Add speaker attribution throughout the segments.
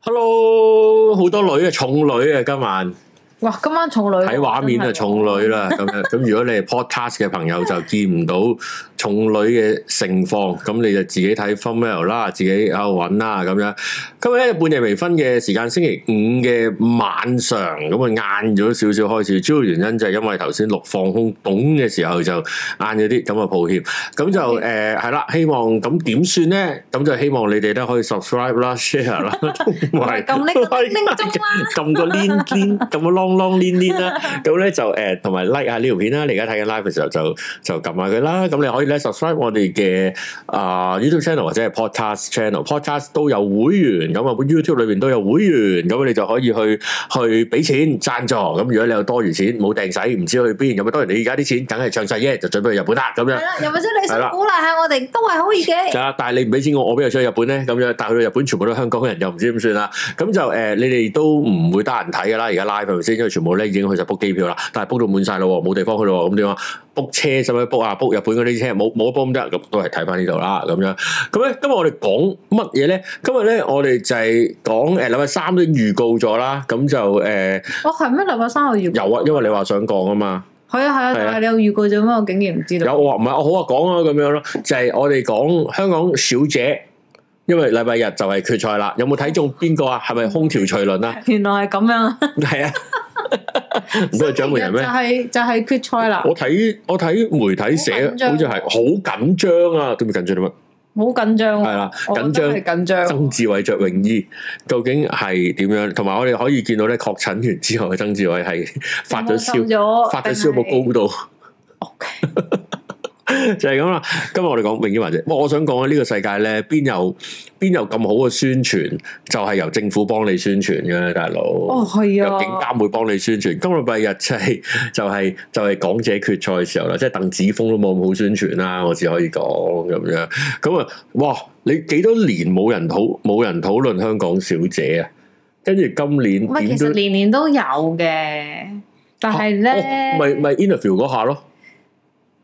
Speaker 1: Hello，好多女啊，重女啊，今晚
Speaker 2: 哇！今晚重女喎
Speaker 1: 睇畫面啊，
Speaker 2: 真係
Speaker 1: 重女啦，咁樣咁如果你係 podcast 嘅朋友就見唔到重女嘅盛況，咁你就自己睇 f u m a i l 啦，自己喺度揾啦咁樣。今日咧半夜微醺嘅時間，星期五嘅晚上，咁啊晏咗少少開始，主要原因就係因為頭先錄放空董嘅時候就晏咗啲，咁啊抱歉。咁就誒係啦，希望咁點算咧？咁就希望你哋都可以 subscribe 啦、share 啦，同埋
Speaker 2: 同埋撳呢個 叮叮鐘啦
Speaker 1: 撳個 link link，撳個 long long link link 啦。咁咧就誒同埋 like 下呢條片啦。你而家睇緊 live 嘅時候就就撳下佢啦。咁你可以咧 subscribe 我哋嘅啊 YouTube channel 或者係 podcast channel，podcast 都有會員。咁啊 YouTube 裏邊都有會員，咁你就可以去去俾錢贊助。咁如果你有多餘錢冇定使，唔知去邊咁啊，當然你而家啲錢梗係唱晒耶，就準備去日本啦咁樣
Speaker 2: 係。啦，又或者你
Speaker 1: 係啦
Speaker 2: 想鼓勵下我哋，都係 可以嘅。
Speaker 1: 啊！但係你唔俾錢我，我邊有出去日本咧？咁樣，但係去到日本全部都係香港人，又唔知點算啦。咁就誒、呃你哋都唔會得閒睇噶啦。而家 live 係咪先？因為全部咧已經去晒 book 機票啦，但係 book 到滿晒咯喎，冇地方去咯喎，咁點啊？book 車使唔使 book 啊？book 日本嗰啲車冇冇得 book 咁得，咁都係睇翻呢度啦。咁樣咁咧，今日我哋講乜嘢咧？今日咧我哋就係講誒禮拜三都預告咗啦。咁就誒、呃
Speaker 2: 我係咩禮拜三我預告？
Speaker 1: 有啊，因為你話想講啊嘛。
Speaker 2: 係啊係啊，但係你有預告咗咩？我竟然唔知道。
Speaker 1: 有我話唔係，我好啊，講啊咁樣咯，就係、我哋講香港小姐，因為禮拜日就係決賽啦，有冇睇中邊個啊？係
Speaker 2: 嗯
Speaker 1: 咪空調徐 倫啊？
Speaker 2: 原來係咁樣啊！
Speaker 1: 係啊，唔都係掌門人咩
Speaker 2: 就？係就係決賽啦，
Speaker 1: 我睇我睇媒體寫，
Speaker 2: 啊好緊張
Speaker 1: 好
Speaker 2: 啊
Speaker 1: 似係好緊張啊！點會緊張啲乜？
Speaker 2: 好緊張
Speaker 1: 係
Speaker 2: 啊！
Speaker 1: 啦，
Speaker 2: 我覺
Speaker 1: 緊
Speaker 2: 得
Speaker 1: 張
Speaker 2: 係。緊張。
Speaker 1: 曾志偉着泳衣究竟係點樣？同埋我哋可以見到咧，確診完之後嘅曾志偉係發咗燒，
Speaker 2: 燒
Speaker 1: 發咗燒冇高
Speaker 2: 哦
Speaker 1: 度。
Speaker 2: O K，
Speaker 1: 就係咁啦。今日我哋講永遠環節，哇我想講呢個世界咧，邊有邊有咁好嘅宣傳，就係、由政府幫你宣傳嘅，大佬。
Speaker 2: 哦係
Speaker 1: 有警
Speaker 2: 啊，
Speaker 1: 監會幫你宣傳，今個禮拜日就係、就係、就係、港姐決賽嘅時候啦，即係鄧子峰都冇咁好宣傳啦，我只可以講咁樣。咁啊，哇！你幾多年冇人討冇人討論香港小姐啊？跟住今年
Speaker 2: 唔係
Speaker 1: 點
Speaker 2: 其
Speaker 1: 都
Speaker 2: 實年年都有嘅，但係咧
Speaker 1: 哦，咪咪 interview 嗰下咯。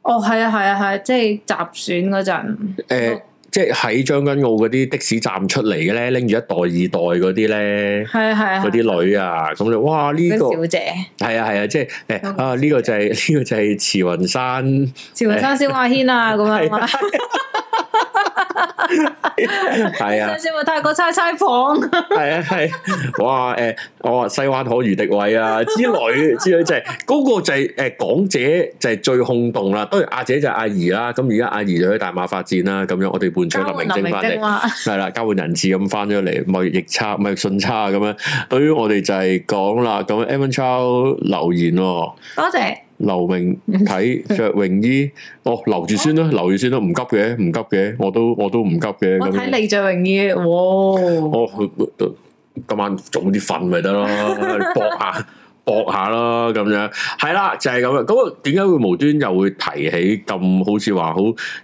Speaker 2: 哦係啊係啊係啊，即係集選嗰陣。
Speaker 1: 誒、呃即係喺將軍澳嗰啲的士站出嚟嘅咧，拎住一袋二袋嗰啲咧，
Speaker 2: 係啊係啊，
Speaker 1: 嗰啲女啊，咁就哇呢、
Speaker 2: 嗰
Speaker 1: 個
Speaker 2: 啲小哦姐，
Speaker 1: 係啊係啊，即係
Speaker 2: 香
Speaker 1: 誒
Speaker 2: 港
Speaker 1: 啊呢、個就係、呢、個就係慈雲山
Speaker 2: 趙雲山、蕭亞軒啊 咁樣啊嘛。
Speaker 1: 係啊
Speaker 2: 上次咪泰國猜猜房，
Speaker 1: 係啊係，哇誒、呃我話西灣可如迪位啊之類之類就係、嗰、個就係、誒港姐就係最轟動啦，當然阿姐就係阿儀啦，咁而家阿儀就喺大馬發展啦，咁樣我哋換
Speaker 2: 交
Speaker 1: 咗林
Speaker 2: 換
Speaker 1: 明晶翻嚟。
Speaker 2: 啦，
Speaker 1: 係啦，交換人質咁翻咗嚟，貿易差、貿易順差咁樣。對於我哋就係講啦，咁 Evan Chow 留言喎，
Speaker 2: 多謝。
Speaker 1: 劉明睇着泳衣，哦，留住先啦，留住先啦，唔急嘅，唔急嘅，我都我都唔急嘅
Speaker 2: 我
Speaker 1: 咁
Speaker 2: 睇
Speaker 1: 樣。
Speaker 2: 你着泳衣，哇！
Speaker 1: 我今晚早啲瞓咪得咯， 搏下搏下啦咁樣。係啦，就係咁樣。咁啊點解會無端又會提起咁好似話好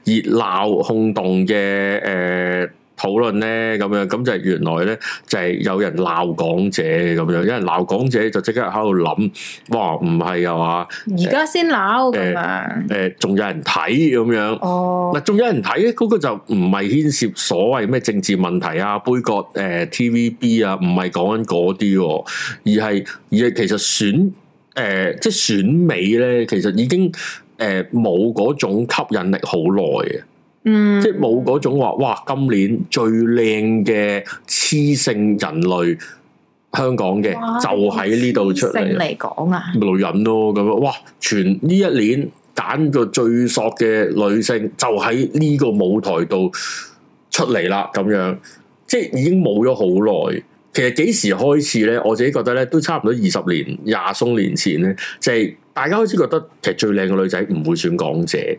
Speaker 1: 熱鬧轟動嘅誒討論咧？咁樣咁就係原來咧就係、有人鬧港姐咁樣，有人鬧港姐就即刻喺度諗，哇唔係又話
Speaker 2: 而家先鬧咁樣，
Speaker 1: 誒仲有人睇咁樣。
Speaker 2: 哦
Speaker 1: 嗱，，仲有人睇咧，嗰、個就唔係牽涉所謂咩政治問題啊、杯葛誒、呃 TVB 啊，唔係講緊嗰啲喎，而係而係其實選誒、呃即係選美咧，其實已經誒呃冇嗰種吸引力好耐嘅，
Speaker 2: 嗯，
Speaker 1: 即係冇嗰種話哇，今年最靚嘅雌性人類香港嘅
Speaker 2: 哇
Speaker 1: 就喺呢度出
Speaker 2: 以
Speaker 1: 嚟
Speaker 2: 性。嚟講啊，
Speaker 1: 女人咯咁樣，哇！全呢一年揀個最索嘅女性，就喺呢個舞台度出嚟啦，咁樣即係已經冇咗好耐。其實幾時開始咧？我自己覺得咧，都差唔多二十年、廿鬆年前咧，就係、大家開始覺得其實最靚嘅女仔唔會選港姐。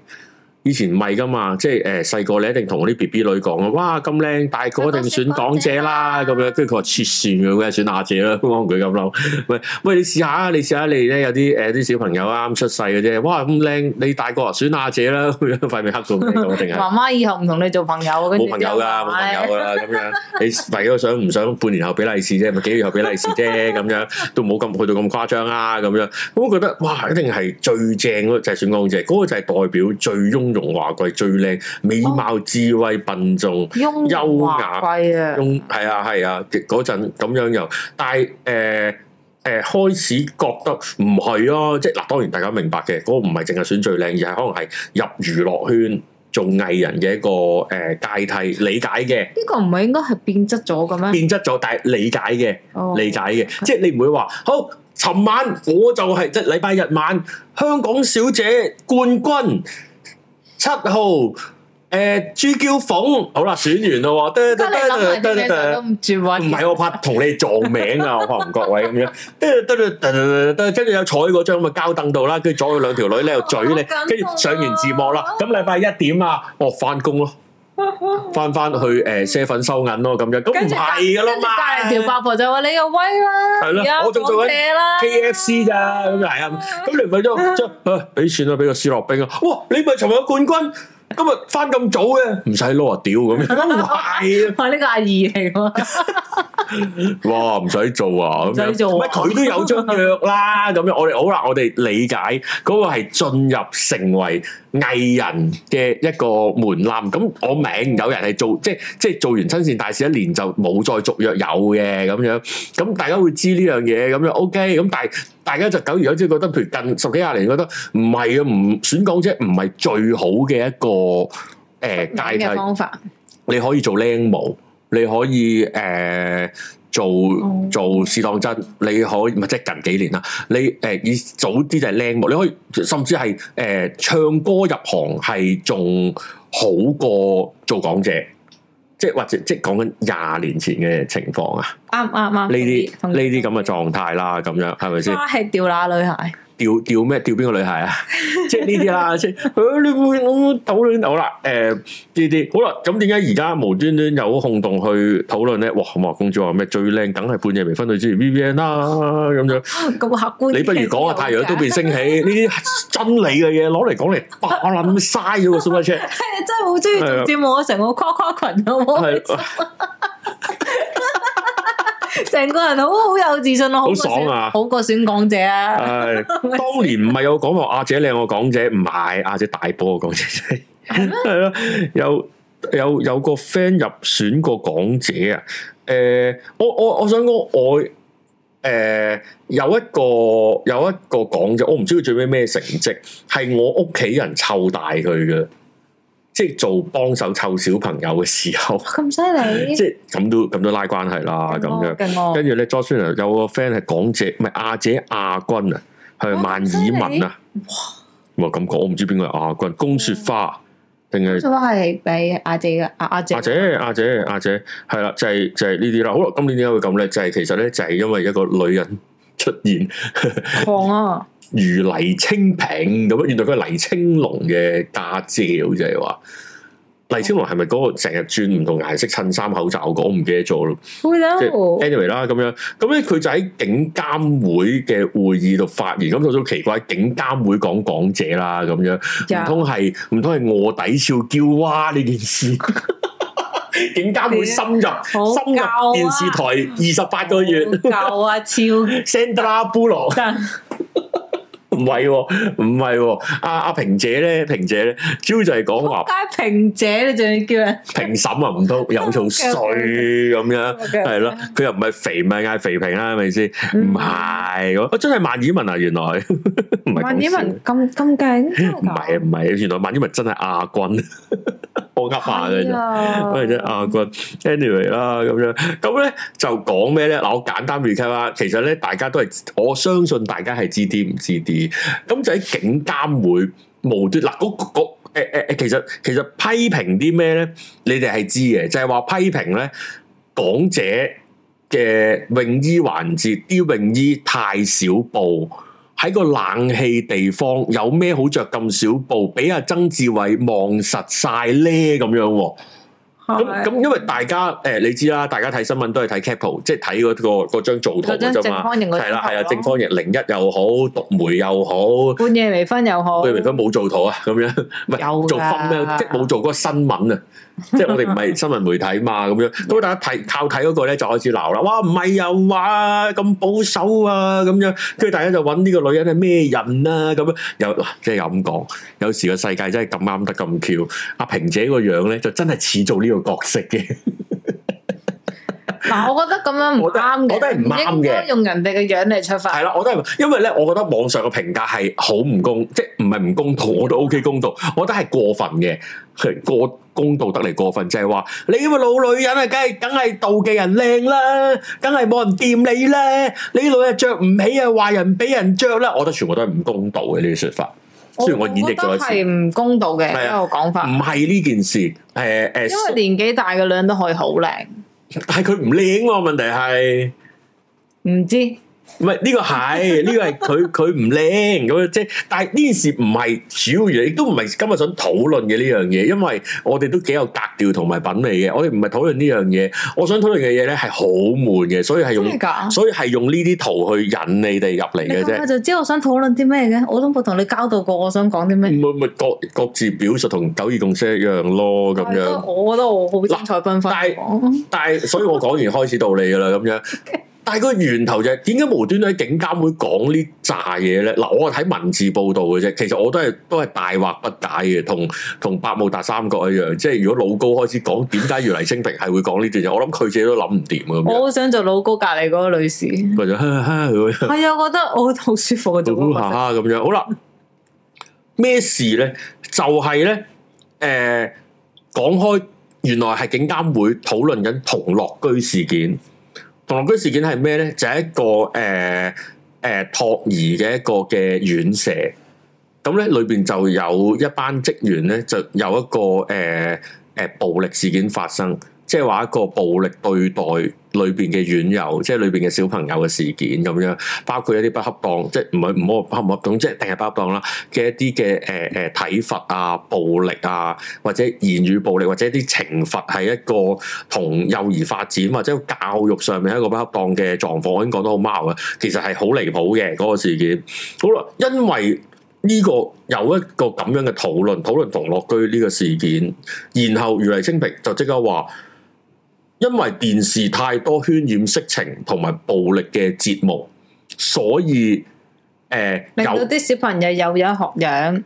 Speaker 1: 以前唔係噶嘛，即係誒細個你一定同嗰啲 B B 女講啊，哇咁靚，大個一定選港姐啦咁樣，跟住佢話切算嘅，梗係選亞姐啦，可能佢咁諗。喂喂，你試下啊，你試下你咧有啲誒啲小朋友啊啱出世嘅啫，哇咁靚，你大個啊選亞姐啦，咁樣塊面黑到咩咁定係？啊
Speaker 2: 媽媽以後唔同你做朋友，跟 住
Speaker 1: 冇
Speaker 2: 哎
Speaker 1: 朋友
Speaker 2: 之後
Speaker 1: 㗎，冇朋
Speaker 2: 唉
Speaker 1: 友啊㗎啦，咁樣你為咗想唔想半年後俾利是啫，咪幾個月後俾利是啫，咁樣都唔好咁去到咁誇張啦，咁樣咁我覺得哇，一定係最正嗰個就係選港姐，嗰、個就係代表最擁容華貴最靚，美貌、智慧、笨重。
Speaker 2: 雍
Speaker 1: 優
Speaker 2: 容
Speaker 1: 雅
Speaker 2: 華貴啊，
Speaker 1: 用係啊係啊，嗰陣咁樣又，但係誒誒開始覺得唔係啊，即係嗱，當然大家明白嘅，嗰、個唔係淨係選最靚，而係可能係入娛樂圈做藝人嘅一個誒、呃、階梯，理解嘅
Speaker 2: 呢個唔係應該係變質咗嘅咩？
Speaker 1: 變質咗，但係理解嘅。
Speaker 2: 哦
Speaker 1: 理解嘅，即係你唔會話好。尋晚我就係、即係禮拜日晚，香港小姐冠軍七號，誒、朱嬌鳳，好啦，選完咯喎，得
Speaker 2: 得
Speaker 1: 得
Speaker 2: 你諗
Speaker 1: 得
Speaker 2: 埋啲
Speaker 1: 得
Speaker 2: 咩
Speaker 1: 得
Speaker 2: 神都
Speaker 1: 得，
Speaker 2: 唔轉位，
Speaker 1: 唔係我怕同你哋撞名啊，我怕唔各位咁樣，得得得得得得，跟住有坐喺嗰張咁嘅膠凳度啦，跟住左佢兩條女咧又嘴你，跟住上完字幕啦，咁禮拜一點啊，哦翻工咯，翻翻去誒啡粉收銀咯咁樣，咁唔
Speaker 2: 跟住
Speaker 1: 係噶啦嘛，
Speaker 2: 隔離條八婆就話你又威啦，
Speaker 1: 係咯
Speaker 2: 而家
Speaker 1: 我仲做緊
Speaker 2: 港姐啦
Speaker 1: K F C 咋咁就係啊，咁你咪都即係啊俾錢啦，俾個思樂冰啊，哇！你咪尋日冠軍，今日翻咁早嘅，唔使撈啊屌咁樣，咁唔係啊，
Speaker 2: 哇！呢個阿姨嚟 喎，
Speaker 1: 哇唔使做啊咁
Speaker 2: 唔
Speaker 1: 樣，
Speaker 2: 使做啊
Speaker 1: 乜佢都有張約啦，咁樣我哋好啦，我哋理解嗰個係進入成為藝人嘅一個門檻，咁我明有人係做即係即係做完親善大使一年就冇再續約有嘅咁樣，咁大家會知呢樣嘢咁樣 OK，咁但係。大家就久而久之覺得，譬如近十幾廿年覺得唔係啊，唔選港姐唔係最好嘅一個誒、呃、階
Speaker 2: 嘅
Speaker 1: 梯。
Speaker 2: 方法
Speaker 1: 你可以做僆模，你可以誒、呃做
Speaker 2: 哦
Speaker 1: 做試當真，你可以唔係即係近幾年啦。你誒、呃以早啲就係僆模，你可以甚至係誒、呃唱歌入行係仲好過做港姐，即係或者即係講緊廿年前嘅情況啊。
Speaker 2: 啱啱啱
Speaker 1: 呢啲
Speaker 2: 同意
Speaker 1: 呢啲咁嘅狀態啦，咁樣係咪先？
Speaker 2: 花係掉那女孩，
Speaker 1: 調調咩？調邊個女孩啊？ 即係呢啲啦，即係 啊你會我討論好啦，誒呢啲好啦，咁點解而家無端端有空洞去討論咧？哇！咁啊，公主話咩最靚，梗係半夜微分女之 V V N 啦，咁樣
Speaker 2: 咁客觀嘅。
Speaker 1: 你不如講下太陽都變升起呢啲真理嘅嘢，攞嚟講嚟霸撚嘥咗個 super chat。
Speaker 2: 係真係好中意做節目，我成個跨跨群咁，
Speaker 1: 係
Speaker 2: 我成個人好好有自信咯，好過選
Speaker 1: 好爽啊
Speaker 2: 好過選港姐 啊！
Speaker 1: 誒，當年唔係有講話阿姐靚我港姐，唔係阿姐大波我港姐啫，係咯，有有有個 friend 入選過港姐啊，誒、我我我想講我誒、有一個有一個港姐，我唔知佢最尾咩成績，係我屋企人湊大佢嘅，即係做幫手湊小朋友嘅時候，
Speaker 2: 咁犀利，
Speaker 1: 即係咁都咁都拉關係啦，咁樣。
Speaker 2: 勁喎，
Speaker 1: 跟住咧 j o s h n 有個 friend 係港姐，唔係亞姐亞軍啊，係
Speaker 2: 哇
Speaker 1: 萬以文啊。哇！咁講，我唔知邊個係亞軍，公
Speaker 2: 嗯
Speaker 1: 雪花定係
Speaker 2: 最話係俾阿姐嘅阿阿姐啊
Speaker 1: 亞姐？亞姐亞姐係啦，就係、就係呢啲啦。好啦，今年點解會咁咧？就係、其實咧，就係、因為一個女人出現
Speaker 2: 狂啊！
Speaker 1: 如黎清平咁樣，原來佢係黎青龍嘅家姐，好似係話。黎青龍係咪嗰個成日轉唔同顏色襯衫口罩嗰個？我唔記得咗咯。
Speaker 2: 會啦
Speaker 1: 即，係 anyway 啦，咁樣咁咧，佢就喺警監會嘅會議度發言，咁就好奇怪，警監會講港姐啦，咁樣唔通係唔通係卧底俏嬌娃呢件事？ 警監會深入深
Speaker 2: 好
Speaker 1: 入
Speaker 2: 夠啊
Speaker 1: 電視台二十八個月
Speaker 2: 夠啊，超
Speaker 1: ，Sandra Bullock。
Speaker 2: 真
Speaker 1: 唔係喎，唔係喎，阿阿平姐咧，平姐咧，主要就係講話
Speaker 2: 街平姐，你仲要叫人
Speaker 1: 評審啊，唔通有做衰咁樣。係咯，佢又唔係肥，咪嗌肥平啦，係咪先？唔
Speaker 2: 嗯
Speaker 1: 係，我真係萬綺文啊，原來 唔係
Speaker 2: 萬
Speaker 1: 講
Speaker 2: 綺
Speaker 1: 笑，
Speaker 2: 雯咁咁勁，真係
Speaker 1: 唔係啊唔係，原來萬綺文真係亞軍， 我噏下嘅啫。
Speaker 2: 㗎係
Speaker 1: 喂，真係亞軍，anyway 啦，咁樣咁咧就講咩咧？嗱，我簡單 recap 啦。其實咧，大家都係我相信大家係知啲唔知啲。咁就喺警監會無端嗱，嗰嗰誒誒誒，其實其實批評啲咩咧？你哋係知嘅，就係、話批評咧港姐嘅泳衣環節，啲泳衣太少布。喺個冷氣地方有咩好着咁少布？俾阿曾志偉望實晒咧咁樣喎、咁咁，因為大家誒、你知啦，大家睇新聞都係睇 cap 圖，即係睇嗰個嗰張造圖
Speaker 2: 嗰張
Speaker 1: 嘅啫
Speaker 2: 正
Speaker 1: 嘛。
Speaker 2: 方形嗰
Speaker 1: 係啦，係啊，正
Speaker 2: 方
Speaker 1: 方形零一又好，讀梅又好，
Speaker 2: 半夜微醺又好，
Speaker 1: 佢明佢冇做圖啊，咁樣唔
Speaker 2: 有
Speaker 1: 係做
Speaker 2: 㗎
Speaker 1: f 咩？即係冇做嗰個新聞 啊！即係我哋唔係新聞媒體嘛，咁樣咁大家睇靠睇嗰個咧就開始鬧啦！哇，唔係又話咁保守啊，咁樣跟住大家就揾呢個女人係咩人啊？咁樣又哇即係又咁講，有時個世界真係咁啱得咁巧。阿平姐個樣咧就真係似做呢個角色嘅，
Speaker 2: 嗱，我覺得咁樣唔
Speaker 1: 我覺得
Speaker 2: 啱嘅，
Speaker 1: 我覺得係唔啱嘅
Speaker 2: 應該用人哋嘅樣嚟出發
Speaker 1: 係。啦，我都係因為咧，我覺得網上嘅評價係好唔公，即係唔係唔公道，我都 OK 公道，我覺得係過分嘅，係過公道得嚟過分，就係話你咁嘅老女人啊，梗係梗係妒忌人靚啦，梗係冇人掂你啦，你女啊着唔起啊，話人俾人着啦，我覺得全部都係唔公道嘅呢啲説法。雖然我演繹咗一
Speaker 2: 覺得
Speaker 1: 次，
Speaker 2: 係唔公道嘅
Speaker 1: 係啊
Speaker 2: 一個講法，
Speaker 1: 唔係呢件事，誒、誒，
Speaker 2: 因為年紀大嘅女人都可以好靚，
Speaker 1: 但係佢唔靚喎，問題係。
Speaker 2: 唔知
Speaker 1: 唔係呢個 係呢個係佢佢唔靚咁樣即係，但係呢件事唔係主要嘢，亦都唔係今日想討論嘅呢樣嘢，因為我哋都幾有格調同埋品味嘅。我哋唔係討論呢樣嘢，我想討論嘅嘢咧係好悶嘅，所以係
Speaker 2: 真
Speaker 1: 用
Speaker 2: 係㗎。
Speaker 1: 所以係用呢啲圖去引你哋入嚟
Speaker 2: 你
Speaker 1: 嘅
Speaker 2: 咁
Speaker 1: 啫
Speaker 2: 快。就知我想討論啲咩嘅，我都冇同你交代過我想講啲咩。
Speaker 1: 唔咪各各自表述同九二共識一樣咯，咁
Speaker 2: 係咯
Speaker 1: 樣。
Speaker 2: 我覺得我好精彩繽紛。
Speaker 1: 嗱但係
Speaker 2: 係
Speaker 1: 但係所以我講完開始到你噶啦，咁樣。但係個源頭就係點解無端端喺警監會講呢扎嘢咧？嗱，我係睇文字報道嘅啫，其實我都係都係大惑不解嘅，同同百慕達三角一樣，即係如果老高開始講點解袁黎清平係會講呢段嘢，我諗佢自己都諗唔掂咁
Speaker 2: 我
Speaker 1: 樣，
Speaker 2: 好想做老高隔離嗰個女士。
Speaker 1: 佢就 哈哈咁樣。
Speaker 2: 係啊，我覺得我好舒服嘅做嗰
Speaker 1: 好
Speaker 2: 個角色
Speaker 1: 下咁樣。好啦，咩事咧？就係、咧，誒、講開，原來係警監會討論緊同樂居事件。同樂居事件係咩咧？就係、一個誒誒、托兒嘅一個嘅院舍。咁咧，裏邊就有一班職員咧，就有一個誒誒、暴力事件發生，即係話一個暴力對待裏邊嘅院友，即係裏邊嘅小朋友嘅事件咁樣。包括一啲不恰當，即係唔係唔好話恰唔恰當，即係定係不恰當啦嘅一啲嘅誒誒體罰啊、暴力啊，或者言語暴力，或者一啲懲罰係一個同幼兒發展或者教育上面一個不恰當嘅狀況，我已經講得好貓嘅，其實係好離譜嘅嗰、個事件。好啦，因為呢個有一個咁樣嘅討論，討論同樂居呢個事件，然後如嚟清平就即刻話。因為電視太多渲染色情同埋暴力嘅節目，所以誒、
Speaker 2: 令到
Speaker 1: 有
Speaker 2: 啲小朋友有樣學樣。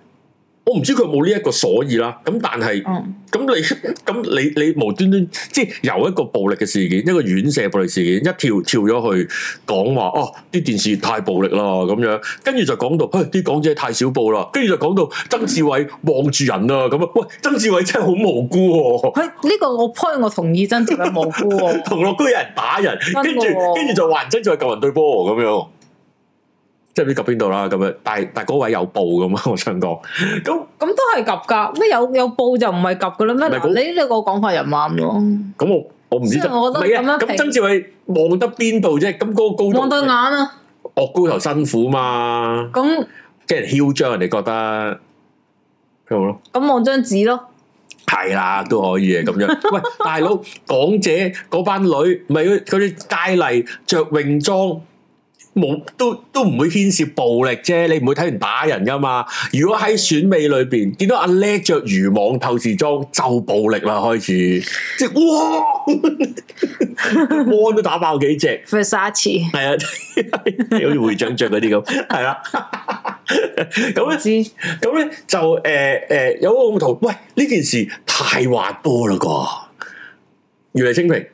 Speaker 1: 我唔知佢有冇呢一個所以啦。咁但係
Speaker 2: 嗯，
Speaker 1: 咁你 咁你你無端端即係由一個暴力嘅事件，一個院舍暴力事件，一跳跳咗去講話哦，啲電視太暴力啦咁樣，跟住就講到，嘿啲港姐太少報啦，跟住就講到曾志偉望住人啊咁啊，喂，曾志偉真係好無辜喎、
Speaker 2: 佢呢個我 point 我同意真正嘅無 辜喎。
Speaker 1: 同樂居有人打人，
Speaker 2: 喎
Speaker 1: 跟住跟住就還真再救人對波咁樣，即係唔知及邊度啦咁樣。但係但係嗰位有報咁啊， 我想講，咁
Speaker 2: 咁都係及㗎，咩有有報就唔係及㗎啦咩？
Speaker 1: 唔係咁
Speaker 2: 嗱你呢個講法又唔啱咯，
Speaker 1: 咁我我唔知
Speaker 2: 雖
Speaker 1: 就
Speaker 2: 然我覺
Speaker 1: 唔
Speaker 2: 得
Speaker 1: 係啊
Speaker 2: 咁樣
Speaker 1: 咁
Speaker 2: 評
Speaker 1: 曾志偉望得邊度啫？咁嗰個高
Speaker 2: 望對眼
Speaker 1: 度，
Speaker 2: 啊！
Speaker 1: 岳高頭辛苦嘛，
Speaker 2: 咁
Speaker 1: 即係囂張人哋覺得，佢好咯。
Speaker 2: 咁望張紙咯，
Speaker 1: 係啦，都可以嘅咁 樣。喂，大佬，港姐嗰班女，唔係嗰啲佳麗着泳裝，冇都都唔會牽涉暴力啫。你唔會睇完打人噶嘛？如果喺選美裏邊見到阿叻着漁網透視裝，就暴力啦，開始即係 哇，窩都打爆幾隻。
Speaker 2: Versace
Speaker 1: 係啊， 好似會長着嗰啲咁，係 啦。咁咧
Speaker 2: 唔，知
Speaker 1: 咁咧就誒誒、呃呃、有個咁嘅圖，喂呢件事太滑波啦啩？原嚟清平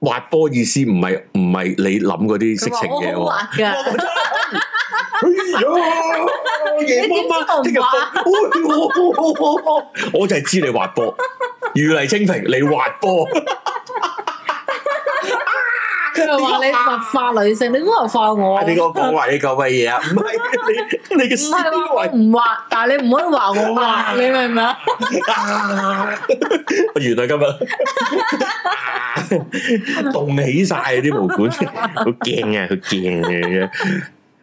Speaker 1: 滑波意思唔係唔係你諗嗰啲色情嘢
Speaker 2: 佢話
Speaker 1: 喎。
Speaker 2: 我好滑㗎，
Speaker 1: 哎呀，夜媽媽聽
Speaker 2: 你點知
Speaker 1: 日哦
Speaker 2: 我唔滑
Speaker 1: 瞓，哎呦我就係知你滑波，如嚟清平你滑波，
Speaker 2: 哦佢又話你物化女性，你唔好話我，
Speaker 1: 哎你
Speaker 2: 唔
Speaker 1: 個講話你個乜嘢啊？唔係你你嘅思
Speaker 2: 係話
Speaker 1: 維
Speaker 2: 我。唔滑，但係你唔可以話我滑，你明唔明啊？
Speaker 1: 啊！ 我完啦今日，啊凍起晒啲毛管，好驚啊，好驚嘅，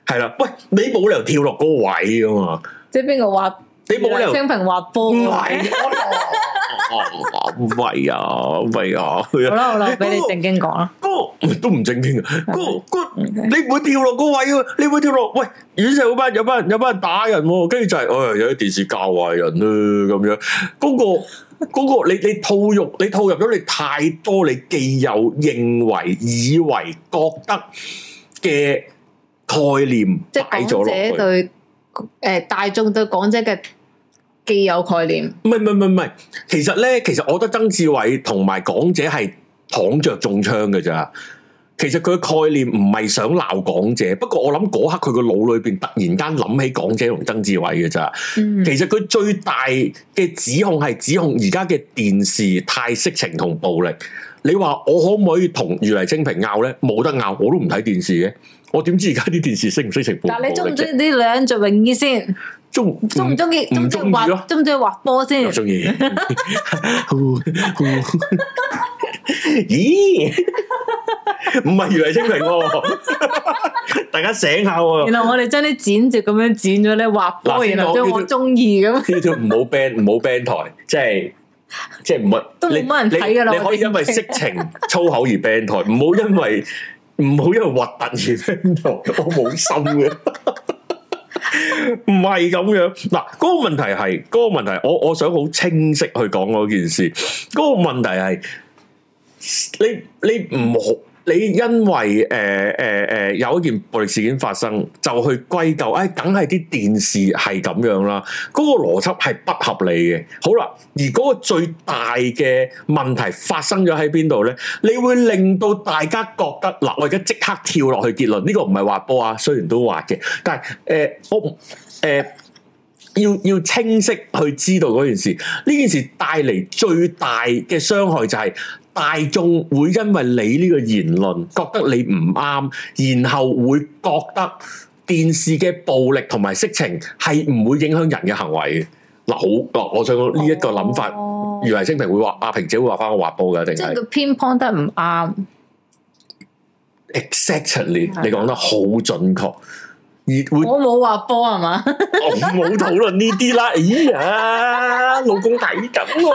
Speaker 1: 係啦。喂，你冇理由跳落嗰個位噶嘛？
Speaker 2: 即係邊個滑？
Speaker 1: 你冇理由
Speaker 2: 哦 清平滑波，
Speaker 1: 唔係，哎呀唔係啊，唔係啊，佢
Speaker 2: 好
Speaker 1: 啊，
Speaker 2: 啦好 啦，俾你正經講啦。
Speaker 1: 嗰都唔正經啊，嗰嗰你唔會跳落個位啊，你唔會跳落，喂，院舍嗰班有班人有班人打人喎，跟住就係、哎有啲電視教壞人啦咁樣，嗰、個。 嗰個你你套入你套入咗你太多你既有認為以為覺得嘅概念
Speaker 2: 即係
Speaker 1: 擺咗落
Speaker 2: 港
Speaker 1: 去
Speaker 2: 姐，對誒大眾對港姐嘅既有概念，
Speaker 1: 唔係唔係唔係唔係，其實咧，其實我覺得曾志偉同埋港姐係躺着中槍嘅咋。其實佢嘅概念唔係想鬧港姐，不過我諗嗰刻佢個腦裏邊突然間諗起港姐同曾志偉嘅咋。
Speaker 2: 嗯
Speaker 1: 其實佢最大嘅指控係指控而家嘅電視太色情同暴力。你話我可唔可以同如黎清平拗咧？冇得拗，我都唔睇電視嘅。我點知而家啲電視色唔色情暴
Speaker 2: 但係你
Speaker 1: 唔暴
Speaker 2: 中唔
Speaker 1: 力
Speaker 2: 中
Speaker 1: 啫
Speaker 2: 意啲女人着泳衣先？
Speaker 1: 中
Speaker 2: 中唔中意？中
Speaker 1: 唔
Speaker 2: 唔中
Speaker 1: 中
Speaker 2: 意
Speaker 1: 意咯
Speaker 2: 滑？？中唔中意滑波先
Speaker 1: 我？中 意。 咦？唔係如嚟清平喎， 大家醒下喎。
Speaker 2: 然後我哋將啲剪接咁樣剪咗咧滑波，
Speaker 1: 嗱先
Speaker 2: 然後
Speaker 1: 講
Speaker 2: 將
Speaker 1: 呢啲
Speaker 2: 我中意咁。
Speaker 1: 呢啲唔好 ban 唔好 ban 台，即係即係唔係
Speaker 2: 都冇乜人
Speaker 1: 你
Speaker 2: 睇㗎啦
Speaker 1: 你你可以因為色情粗口而 ban 台，唔好因為唔好因為核突而 ban 台，我冇心嘅。 唔係咁樣，嗱，嗰、個問題係，嗰、個問題，我我想好清晰去講嗰件事。嗰、個問題係，你你唔好，你因為誒誒誒呃有一件暴力事件發生，就去歸咎，誒、哎梗係啲電視係咁樣啦。嗰、個邏輯係不合理嘅。好啦，而嗰個最大嘅問題發生咗喺邊度咧？你會令到大家覺得嗱，我而家即刻跳落去結論，呢、個唔係滑波啊，雖然都滑嘅，但係誒、呃我唔誒。呃要要清晰去知道嗰件事，呢件事帶嚟最大嘅傷害就係大眾會因為你呢個言論覺得你唔啱，然後會覺得電視嘅暴力同埋色情係唔會影響人嘅行為嘅。嗱好，嗱我想講呢一個諗法，
Speaker 2: 哦
Speaker 1: 如黎清平會話阿平姐會話翻我滑波㗎，定
Speaker 2: 即係
Speaker 1: 係
Speaker 2: 佢偏幫得唔啱，
Speaker 1: exactly
Speaker 2: 係
Speaker 1: 你講得好準確，而會
Speaker 2: 我冇滑波係嘛？
Speaker 1: 我哦冇討論呢啲 啦。咦呀，老公睇緊我，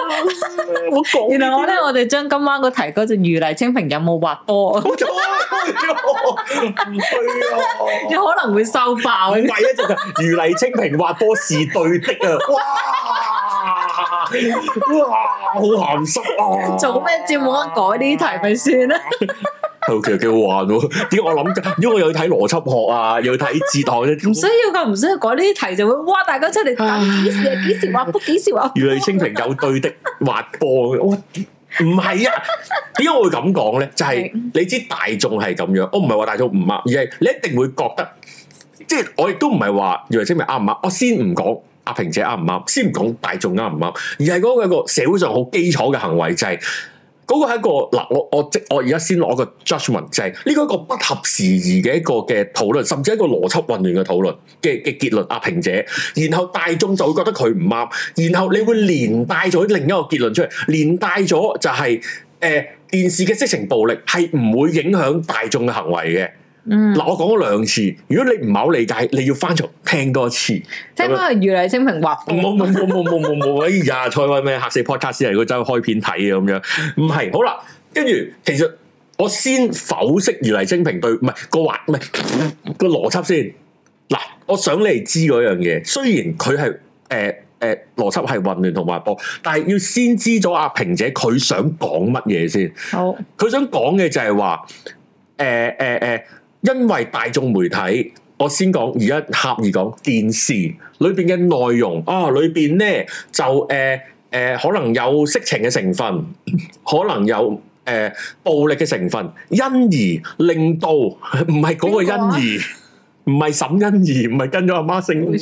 Speaker 1: 我啊講
Speaker 2: 然後我
Speaker 1: 呢
Speaker 2: 咧，我哋將今晚個題嗰隻如麗清平有冇滑 波，
Speaker 1: 啲，冇錯，唔對啊，
Speaker 2: 有可能會收爆
Speaker 1: 唔。係啊，就係如麗清平滑波是對的啊，哇哇，好鹹濕啊！
Speaker 2: 做咩節目啊？改呢啲題 咪算啦。
Speaker 1: 係其實幾好玩喎，點解我諗緊？點解我又要睇邏輯學啊，又要睇哲學咧？
Speaker 2: 唔需要噶，唔需要改呢啲題就會哇！大家出嚟等幾時啊？幾時話卜？幾時話卜？
Speaker 1: 如嚟清平有對的滑波，我唔係啊？點解我會咁講咧？就係、你知大眾係咁樣，我唔係話大眾唔啱，而係你一定會覺得，即係我亦都唔係話如嚟清平啱唔啱，我先唔講。阿平姐啱唔啱？先唔講大眾啱唔啱，而係嗰個一個社會上好基礎嘅行為，就係、嗰個係一個嗱，我我即我而家先攞個 judgment，就係呢個一個不合時宜嘅一個嘅討論，甚至一個邏輯混亂嘅討論嘅嘅結論。阿平姐，然後大眾就會覺得佢唔啱，然後你會連帶咗另一個結論出嚟，連帶咗就係、呃電視嘅色情暴力係唔會影響大眾嘅行為嘅。
Speaker 2: 嗯，
Speaker 1: 嗱、啊我講咗兩次，如果你唔係好理解，你要翻重聽多次。
Speaker 2: 聽講係如麗清平滑波。
Speaker 1: 冇冇冇冇冇冇冇！哎呀，蔡偉咩嚇死 podcast 嚟，佢走去開片睇啊咁樣，唔係好啦。跟住其實我先剖析如黎精平對唔係個環唔係個邏輯先。嗱，我想你哋知嗰樣嘢，雖然佢係誒誒邏輯係混亂同埋波，但係要先知咗阿平姐佢想講乜嘢先。
Speaker 2: 好，
Speaker 1: 佢想講嘅就係話，誒誒誒，因為大眾媒體，我先講而家狹義講電視裏邊嘅內容啊，裏邊咧就誒誒、呃可能有色情嘅成分， 可能有誒、呃暴力嘅成分，因而令到 唔係嗰個
Speaker 2: 邊個啊
Speaker 1: 因而，唔係沈欣怡，唔係跟咗阿媽姓威，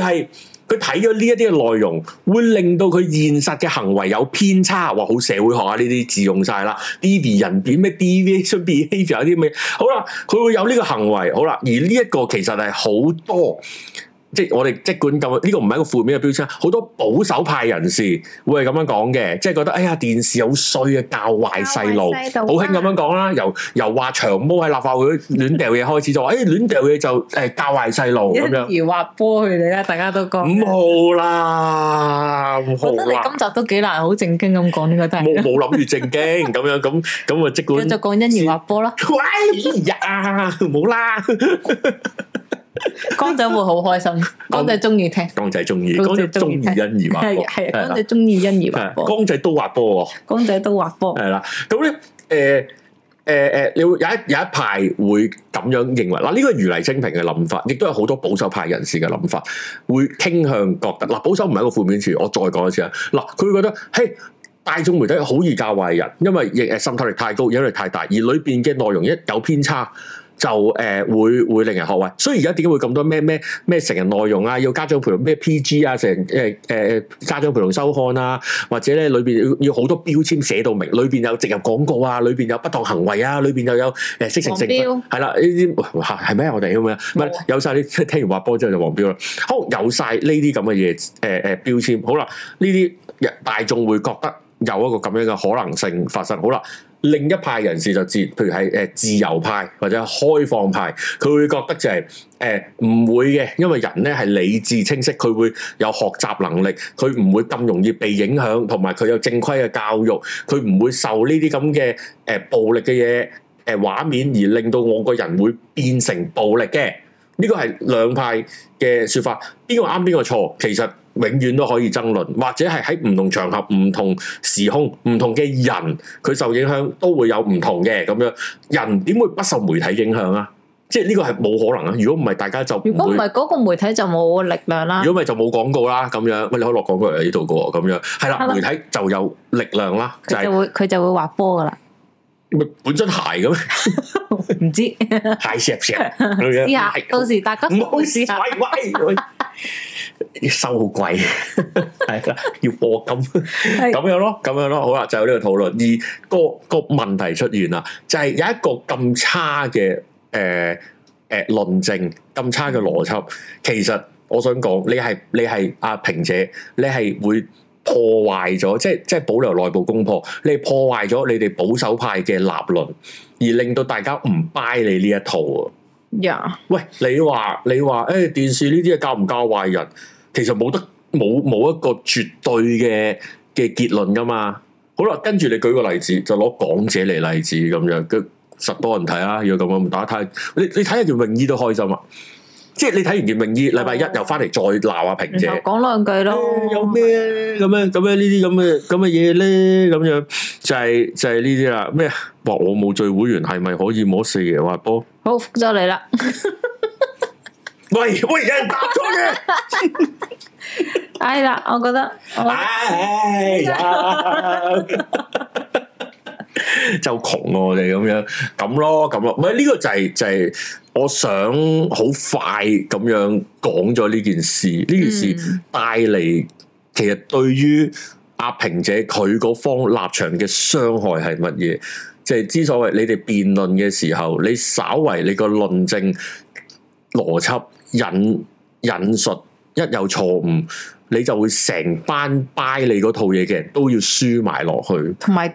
Speaker 1: 而係。佢睇咗呢一啲嘅內容，會令到佢現實嘅行為有偏差。哇，好社會學啊！呢啲字用晒啦，DV 人變咩 deviation behaviour 有啲咩？好啦，佢會有呢個行為。好啦，而呢一個其實係好多，即係我哋即管咁，呢、個唔係一個負面嘅標籤。好多保守派人士會係咁樣講嘅，即係覺得哎呀電視好衰啊，教壞細路，
Speaker 2: 教壞細路
Speaker 1: 好
Speaker 2: 啊
Speaker 1: 興咁樣講啦。由由話長毛喺立法會亂掉嘢開始，就話誒亂掉嘢就誒教壞細路咁樣。
Speaker 2: 一而滑波佢哋啦，大家都講。
Speaker 1: 五號啦，五好
Speaker 2: 覺得你
Speaker 1: 啦
Speaker 2: 今。集都幾難好正經咁講呢個，但
Speaker 1: 冇
Speaker 2: 係
Speaker 1: 冇諗住正經咁樣咁咁啊，即管
Speaker 2: 繼續講欣然滑 波啦，
Speaker 1: 喂哎呀，冇啦，
Speaker 2: 江仔會好開心，江仔中意聽，
Speaker 1: 江仔中意，江
Speaker 2: 江
Speaker 1: 仔中
Speaker 2: 仔中
Speaker 1: 意
Speaker 2: 意
Speaker 1: 欣兒滑
Speaker 2: 係
Speaker 1: 波，
Speaker 2: 啊係
Speaker 1: 係
Speaker 2: 啊，
Speaker 1: 啦
Speaker 2: 江仔中意欣然滑
Speaker 1: 係
Speaker 2: 波，
Speaker 1: 江仔都滑波喎。
Speaker 2: 江仔都滑波，
Speaker 1: 係啦，咁咧誒誒誒，你會有一有一派會咁樣認為，嗱呢個係如黎清平嘅諗法，亦都有好多保守派人士嘅諗法，會傾向覺得嗱保守唔係一個負面詞，我再講一次啊，嗱佢會覺得嘿。大眾媒體好易教壞人，因為亦誒滲透力太高，影響力太大，而裏邊嘅內容一有偏差，就誒、呃、會會令人學壞。所以而家點解會咁多咩咩咩成人內容啊，要家長陪同咩 PG 啊，成誒誒家長陪同收看啊，或者咧裏邊要要好多標籤寫到明，裏邊有植入廣告啊，裏邊有不當行為啊，裏邊又有誒色情成
Speaker 2: 黃
Speaker 1: 分啊
Speaker 2: 標，
Speaker 1: 係啦呢啲哇係咩啊我哋咁樣，唔係
Speaker 2: 冇啊
Speaker 1: 有晒啲 聽完話波之後就黃標啦，好有晒呢啲咁嘅嘢誒誒標籤，好啦，呢啲人大眾會覺得有一個咁樣嘅可能性發生，好啦。另一派人士就自，譬如係誒自由派或者開放派，佢會覺得就係誒唔會嘅，因為人咧係理智清晰，佢會有學習能力，佢唔會咁容易被影響，同埋佢有正規嘅教育，佢唔會受呢啲咁嘅誒呃暴力嘅嘢誒畫面而令到我個人會變成暴力嘅。呢個係兩派嘅説法，邊個啱邊個錯，其實永遠都可以爭論，或者係喺唔同場合、唔同時空、唔同嘅人，佢受影響都會有唔同嘅咁樣。人點會不受媒體影響啊？即係呢個係冇可能啊！如果唔係，大家就唔
Speaker 2: 如果唔
Speaker 1: 會。
Speaker 2: 係嗰個媒體就冇力量啦，
Speaker 1: 如果唔係就冇廣告啦，咁樣喂你可以落廣告嚟呢度嘅喎，咁樣係
Speaker 2: 係
Speaker 1: 啦，
Speaker 2: 啦
Speaker 1: 媒體就有力量啦，就
Speaker 2: 佢
Speaker 1: 係、
Speaker 2: 就會佢就會滑波 噶啦，
Speaker 1: 咪本身鞋嘅咩？
Speaker 2: 唔知
Speaker 1: 鞋石石咁樣
Speaker 2: 啊試下，到時大家
Speaker 1: 啊唔好
Speaker 2: 試下，
Speaker 1: 喂喂，收好貴， 係啦，要課金
Speaker 2: 係
Speaker 1: 咁樣咯，咁樣咯，好啦，就有呢個討論。而個個問題出現啦，就係、有一個咁差嘅誒誒論證，咁差
Speaker 2: 嗯
Speaker 1: 嘅邏輯，其實我想講，你係你係阿平姐，你係會。破壞咗，即係即係保留內部攻破，你係破壞咗你哋保守派嘅立論，而令到大家唔 buy 你呢一套啊！
Speaker 2: 呀，
Speaker 1: 喂，你話你話，誒、電視呢啲嘢教唔教壞人，其實冇得冇冇一個絕對嘅嘅結論噶嘛。好啦，跟住你舉個例子，就攞港姐嚟例子咁樣，佢實多人睇啦。如果咁樣，大家睇，你你睇下件泳衣都開心啊！即係你睇完件泳衣，禮拜一
Speaker 2: 哦
Speaker 1: 又翻嚟再鬧阿平姐
Speaker 2: 然後。講兩句咯
Speaker 1: 誒，有咩咁樣咁樣呢啲咁嘅咁嘅嘢咧？咁樣就係、就係呢啲啦。咩？哇！我冇聚會員係咪可以摸四爺滑波？
Speaker 2: 好覆咗你啦，
Speaker 1: 喂喂，有人答咗嘅。
Speaker 2: 哎啦，我覺得我
Speaker 1: 唉呀，就窮啊我哋咁樣咁咯，咁咯，唔係呢個就係、就係、我想好快咁樣講咗呢件事，呢件事帶嚟其實對於阿平姐佢嗰方立場嘅傷害係乜嘢？即係之所謂你哋辯論嘅時候，你稍為你個論證邏輯引引述一有錯誤，你就會成班 buy 你嗰套嘢嘅人都要輸埋落去，
Speaker 2: 同埋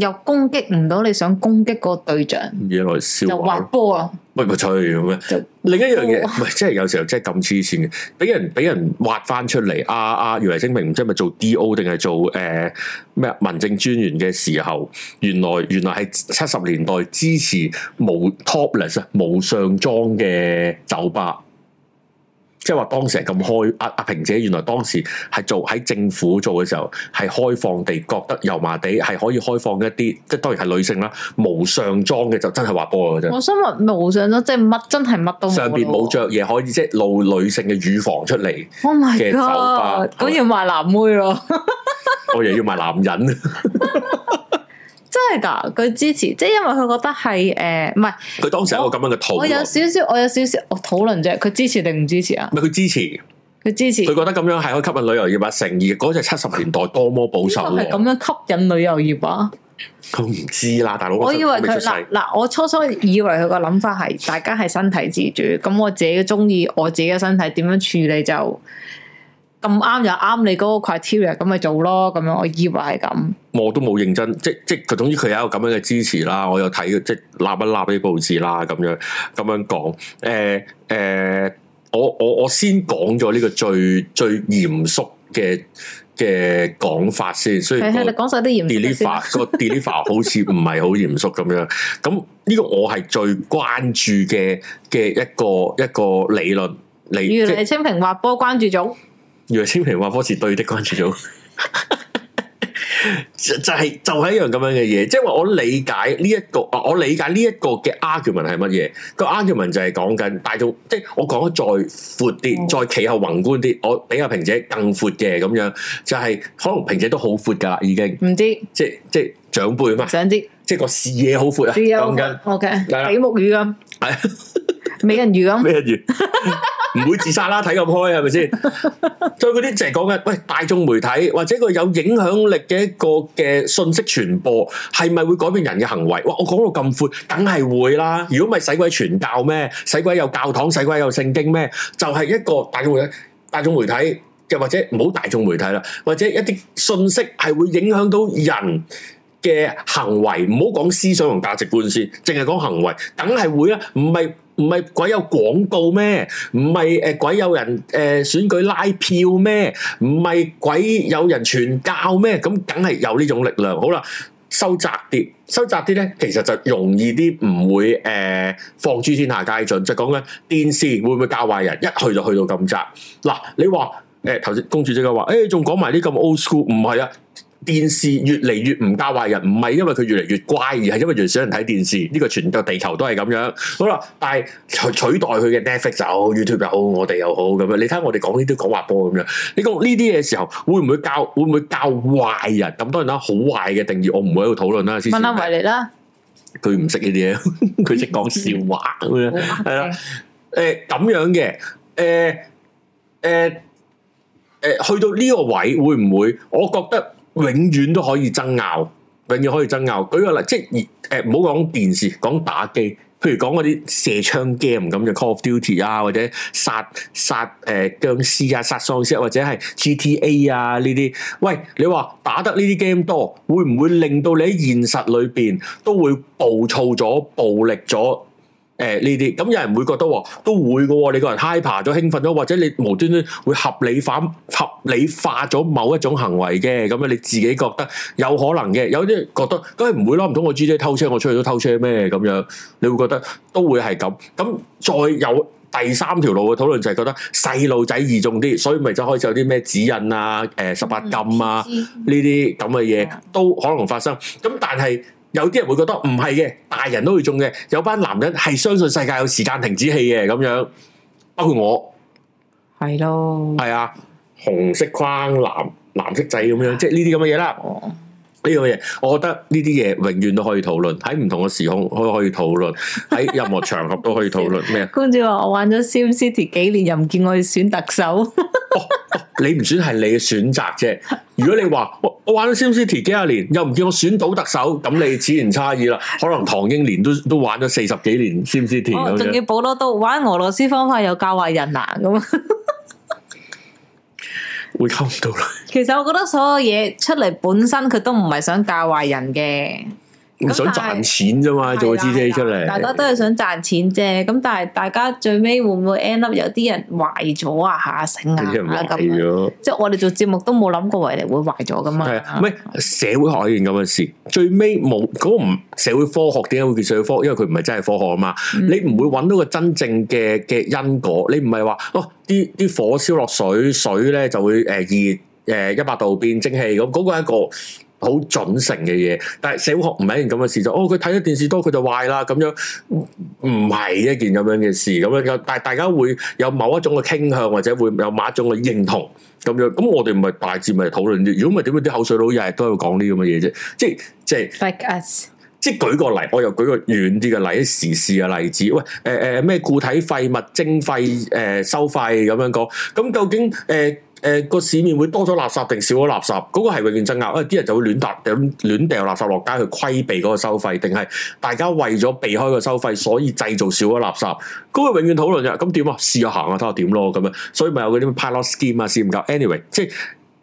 Speaker 2: 又攻擊唔到你想攻擊個對象，
Speaker 1: 嘢來笑
Speaker 2: 就滑
Speaker 1: 話。
Speaker 2: 波啦，
Speaker 1: 喂，咪吹咁樣
Speaker 2: 就。
Speaker 1: 另一樣嘢，
Speaker 2: 哦
Speaker 1: 唔係即係有時候真係咁黐線嘅，俾人俾人挖翻出嚟。阿阿袁黎清明唔知係咪做 D.O. 定係做誒咩、啊民政專員嘅時候，原來原來係七十年代支持無 topless 啊無上裝嘅酒吧。即係話當時係咁開，阿、阿平姐原來當時係做喺政府做嘅時候，係開放地覺得油麻地係可以開放一啲，即係當然係女性啦，無上裝嘅就真係滑波嘅啫。
Speaker 2: 我想話無上咗，即係乜真係乜都
Speaker 1: 上邊冇
Speaker 2: 着
Speaker 1: 着嘢，可以即係露女性嘅乳房出 嚟，
Speaker 2: ，Oh
Speaker 1: 嘅
Speaker 2: my
Speaker 1: 酒吧
Speaker 2: god，咁要賣男妹咯。
Speaker 1: 我又要埋男人，
Speaker 2: 真係㗎，佢支持，即係因為佢覺得係誒，唔、係
Speaker 1: 佢當時有一個咁樣嘅討
Speaker 2: 我有
Speaker 1: 論，
Speaker 2: 少少，我有少少，我討論啫，佢支持定唔支持啊？
Speaker 1: 唔係佢支持，佢
Speaker 2: 佢支持，
Speaker 1: 覺得咁樣係可以吸引旅遊業啊，成而嗰隻七十年代多麼保守
Speaker 2: 係
Speaker 1: 喎，
Speaker 2: 咁樣吸引旅遊業啊！
Speaker 1: 佢唔知啦，大佬，
Speaker 2: 我
Speaker 1: 嗰陣
Speaker 2: 以為
Speaker 1: 未出
Speaker 2: 佢
Speaker 1: 世
Speaker 2: 嗱嗱，我初初以為佢個諗法係大家係身體自主，咁我自己中意我自己嘅身體點樣處理就咁啱就啱你嗰個 criteria，咁咪做咯，咁樣我以為係咁，
Speaker 1: 我都冇認真，即即佢總之佢有一個咁樣嘅支持啦，我有睇即立一立啲報紙啦，咁樣咁樣講，誒、誒、我我我先講咗呢個最最嚴肅嘅嘅講法先，雖
Speaker 2: 係
Speaker 1: 然
Speaker 2: 係
Speaker 1: 個
Speaker 2: 你講晒啲嚴肅嘅先
Speaker 1: deliver 個 deliver 好似唔係好嚴肅咁樣。咁呢個我係最關注嘅嘅一個一個理論。你
Speaker 2: 原
Speaker 1: 即
Speaker 2: 來清平滑波關注組，
Speaker 1: 楊千平話科是對的關注組， 就就係就係一樣咁樣嘅嘢，即係話我理解呢、一個，啊我理解呢一個嘅 argument 係乜嘢？個 argument 就係講緊大眾，即係我講得再闊
Speaker 2: 嗯
Speaker 1: 啲，再企後宏觀啲，我比阿平姐更闊嘅咁樣，就係、可能平姐都好闊㗎啦，已經，
Speaker 2: 唔知
Speaker 1: 即係即係長輩嘛
Speaker 2: 唔，想知。
Speaker 1: 即係個視野好闊啊，
Speaker 2: 主要
Speaker 1: 講緊
Speaker 2: O K，
Speaker 1: 係啦
Speaker 2: 比目魚咁，
Speaker 1: 係。
Speaker 2: 美人魚咁，
Speaker 1: 咩 月唔會自殺啦，睇咁開係咪 先？再嗰啲就係講緊，喂大眾媒體或者個有影響力嘅一個嘅信息傳播，係咪會改變人嘅行為？哇！我講到咁闊，梗係會啦。如果唔係使鬼傳教咩？使鬼有教堂，使鬼有聖經咩？就係、一個大眾媒體，大眾媒體又或者唔好大眾媒體啦，或者一啲信息係會影響到人。嘅行為，唔好講思想同價值觀先，淨係講行為，梗係會啦，唔係唔係鬼有廣告咩？唔係誒鬼有人誒、呃、選舉拉票咩？唔係鬼有人傳教咩？咁梗係有呢種力量。好啦，收窄啲，收窄啲咧，其實就容易啲，唔會誒、呃放諸天下皆準。就講緊電視會唔會教壞人，一去就去到咁窄。嗱，你話誒頭先公主即刻話，誒仲講埋啲咁 old school，唔係啊！電視越嚟越唔教壞人，唔係因為佢越嚟越乖，而係因為越嚟越少人睇電視。呢、個全個地球都係咁樣。好啦，但係取取代佢嘅 Netflix 又好，YouTube 又好，我哋又好咁樣。你睇下我哋講呢啲講滑波咁樣，你講呢啲嘢時候會唔會教會唔會教壞人？咁當然啦，好壞嘅定義我唔會喺度討論啦。先
Speaker 2: 問下維尼啦，
Speaker 1: 佢唔識呢啲嘢， 佢識講笑話咁樣。係啦誒咁樣嘅，誒誒誒，去到呢個位會唔會？我覺得永遠都可以爭拗，永遠可以爭拗。舉個例，即係而誒，唔好講電視，講打機。譬如講嗰啲射槍 game 咁就 Call of Duty 啊，或者殺殺誒、呃、僵屍啊、殺喪屍啊，或者係 GTA 啊呢啲。喂，你話打得呢啲 game 多，會唔會令到你喺現實裏邊都會暴躁咗、暴力咗？誒呃呢啲，咁有人會覺得喎，都會嘅喎，你個人 high 爬咗、興奮咗，或者你無端端會合理化、合理化咗某一種行為嘅，咁樣你自己覺得有可能嘅，有啲人覺得梗係唔會啦，唔通我 G J 偷車，我出去都偷車咩？咁樣你會覺得都會係咁，咁再有。第三條路嘅討論就係覺得細路仔易中啲，所以咪就開始有啲咩指引啊、誒十八禁啊、呢啲咁嘅嘢都可能發生。咁但係有啲人會覺得唔係嘅，大人都會中嘅。有班男人係相信世界有時間停止器嘅咁樣，包括我
Speaker 2: 係咯，
Speaker 1: 係啊，紅色框藍藍色仔咁樣，即係呢啲咁嘅嘢啦。
Speaker 2: 哦
Speaker 1: 呢樣嘢，我覺得呢啲嘢永遠都可以討論，喺唔同嘅時空可可以討論，喺任何場合都可以討論咩啊？
Speaker 2: 公主話我玩咗 Sim City 幾年，又唔見我去選特首，
Speaker 1: 你唔選係你嘅選擇啫。如果你話 我我玩咗 SimCity 幾廿年，又唔見我選到特首，咁你此言差異啦。可能唐英年都都玩咗四十幾年 SimCity
Speaker 2: 哦
Speaker 1: 咁
Speaker 2: 仲
Speaker 1: 樣
Speaker 2: 要，補多刀，玩俄羅斯方法又教壞人啊咁。
Speaker 1: 會溝唔到啦。
Speaker 2: 其實我覺得所有嘢出嚟本身佢都唔係想教壞人嘅，
Speaker 1: 唔想賺錢啫嘛，做個 GTA 出嚟。
Speaker 2: 大家都係想賺錢啫。咁但係大家最尾會唔會 end up 有啲人壞咗啊下醒啊
Speaker 1: 有啲人壞
Speaker 2: 咁？
Speaker 1: 咗。
Speaker 2: 即係我哋做節目都冇諗過維尼會壞咗噶嘛？
Speaker 1: 係 啊，唔係社會學係一件咁嘅事，最尾冇嗰個唔社會科學點解會叫社會科學？因為佢唔係真係科學啊嘛，你唔會揾到個真正嘅嘅因果，你唔係話哦啲啲火燒落水，水咧就會誒熱呃誒一百度變蒸汽咁，嗰、個係一個。好準成嘅嘢，但係社會學唔係一件咁嘅事就，哦佢睇咗電視多佢就壞啦咁樣，唔唔係一件咁樣嘅事咁樣，但係大家會有某一種嘅傾向或者會有某一種嘅認同咁樣，咁我哋咪大致咪討論啲，如果唔係點解啲口水佬日日都喺度講呢啲咁嘅嘢啫？即係即係
Speaker 2: like us
Speaker 1: 即係舉個例，我又舉個遠啲嘅例，時事嘅例子。喂，誒誒咩固體廢物徵費誒、呃收費咁樣講，咁究竟誒誒個市面會多咗垃圾定少咗垃圾？嗰、個係永遠爭拗，因為啲人就會亂搭掉亂掉垃圾落街去規避嗰個收費，定係大家為咗避開個收費，所以製造少咗垃圾？嗰、個永遠討論嘅，咁點啊？試下行下睇下點咯，咁樣，所以咪有嗰啲咩 pilot scheme 啊，試唔夠。anyway，即係。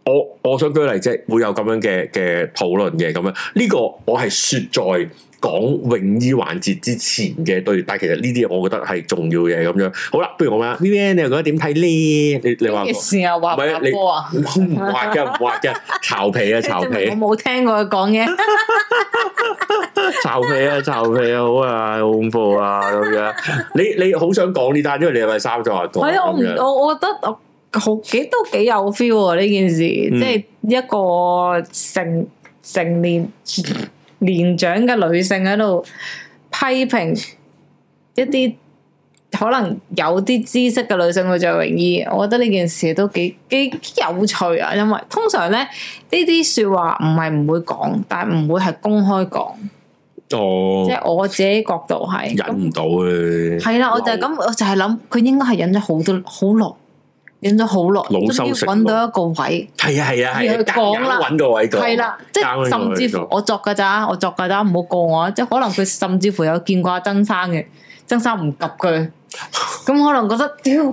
Speaker 1: 我我想舉例啫，會有咁樣嘅嘅討論嘅咁樣，呢、個我係説在講泳衣環節之前嘅對，但係其實呢啲我覺得係重要嘅咁樣。好啦，不如我問下 Vivian，你又覺得點睇呢？你你話
Speaker 2: 嘅時候話
Speaker 1: 唔係啊
Speaker 2: 拍
Speaker 1: 你
Speaker 2: 波啊，
Speaker 1: 我唔滑嘅，唔滑嘅，巢皮啊， 巢
Speaker 2: 證
Speaker 1: 皮
Speaker 2: 明，我冇聽過佢講嘢。
Speaker 1: 巢皮啊，巢皮啊，好啊，好恐怖啊，咁樣。你你好想講呢單，因為你禮拜三就話講
Speaker 2: 係啊，我唔
Speaker 1: 咁樣，
Speaker 2: 我我覺得我好幾都幾有 feel 喎呢件事，
Speaker 1: 嗯
Speaker 2: 即係一個成成年年長嘅女性喺度批評一啲可能有啲知識嘅女性去着泳衣，我覺得呢件事都幾幾幾有趣啊！因為通常咧呢啲説話唔係唔會講，但係唔會係公開講，即
Speaker 1: 哦，
Speaker 2: 係我自己角度係咁
Speaker 1: 忍唔到嘅，
Speaker 2: 係啦，我就係咁，我就係諗佢應該係忍咗好多好耐，忍咗好耐，
Speaker 1: 老羞
Speaker 2: 終於
Speaker 1: 成
Speaker 2: 揾到一個位，
Speaker 1: 係啊係啊係
Speaker 2: 要
Speaker 1: 啊，
Speaker 2: 佢講
Speaker 1: 夾硬
Speaker 2: 啦
Speaker 1: 揾個位講，
Speaker 2: 係啦，即
Speaker 1: 啱
Speaker 2: 係
Speaker 1: 啱
Speaker 2: 甚至
Speaker 1: 呢
Speaker 2: 乎
Speaker 1: 個
Speaker 2: 我作噶咋，我作噶咋，唔好告我啊！即係可能佢甚至乎有見過阿曾生嘅，曾生唔及佢，咁可能覺得屌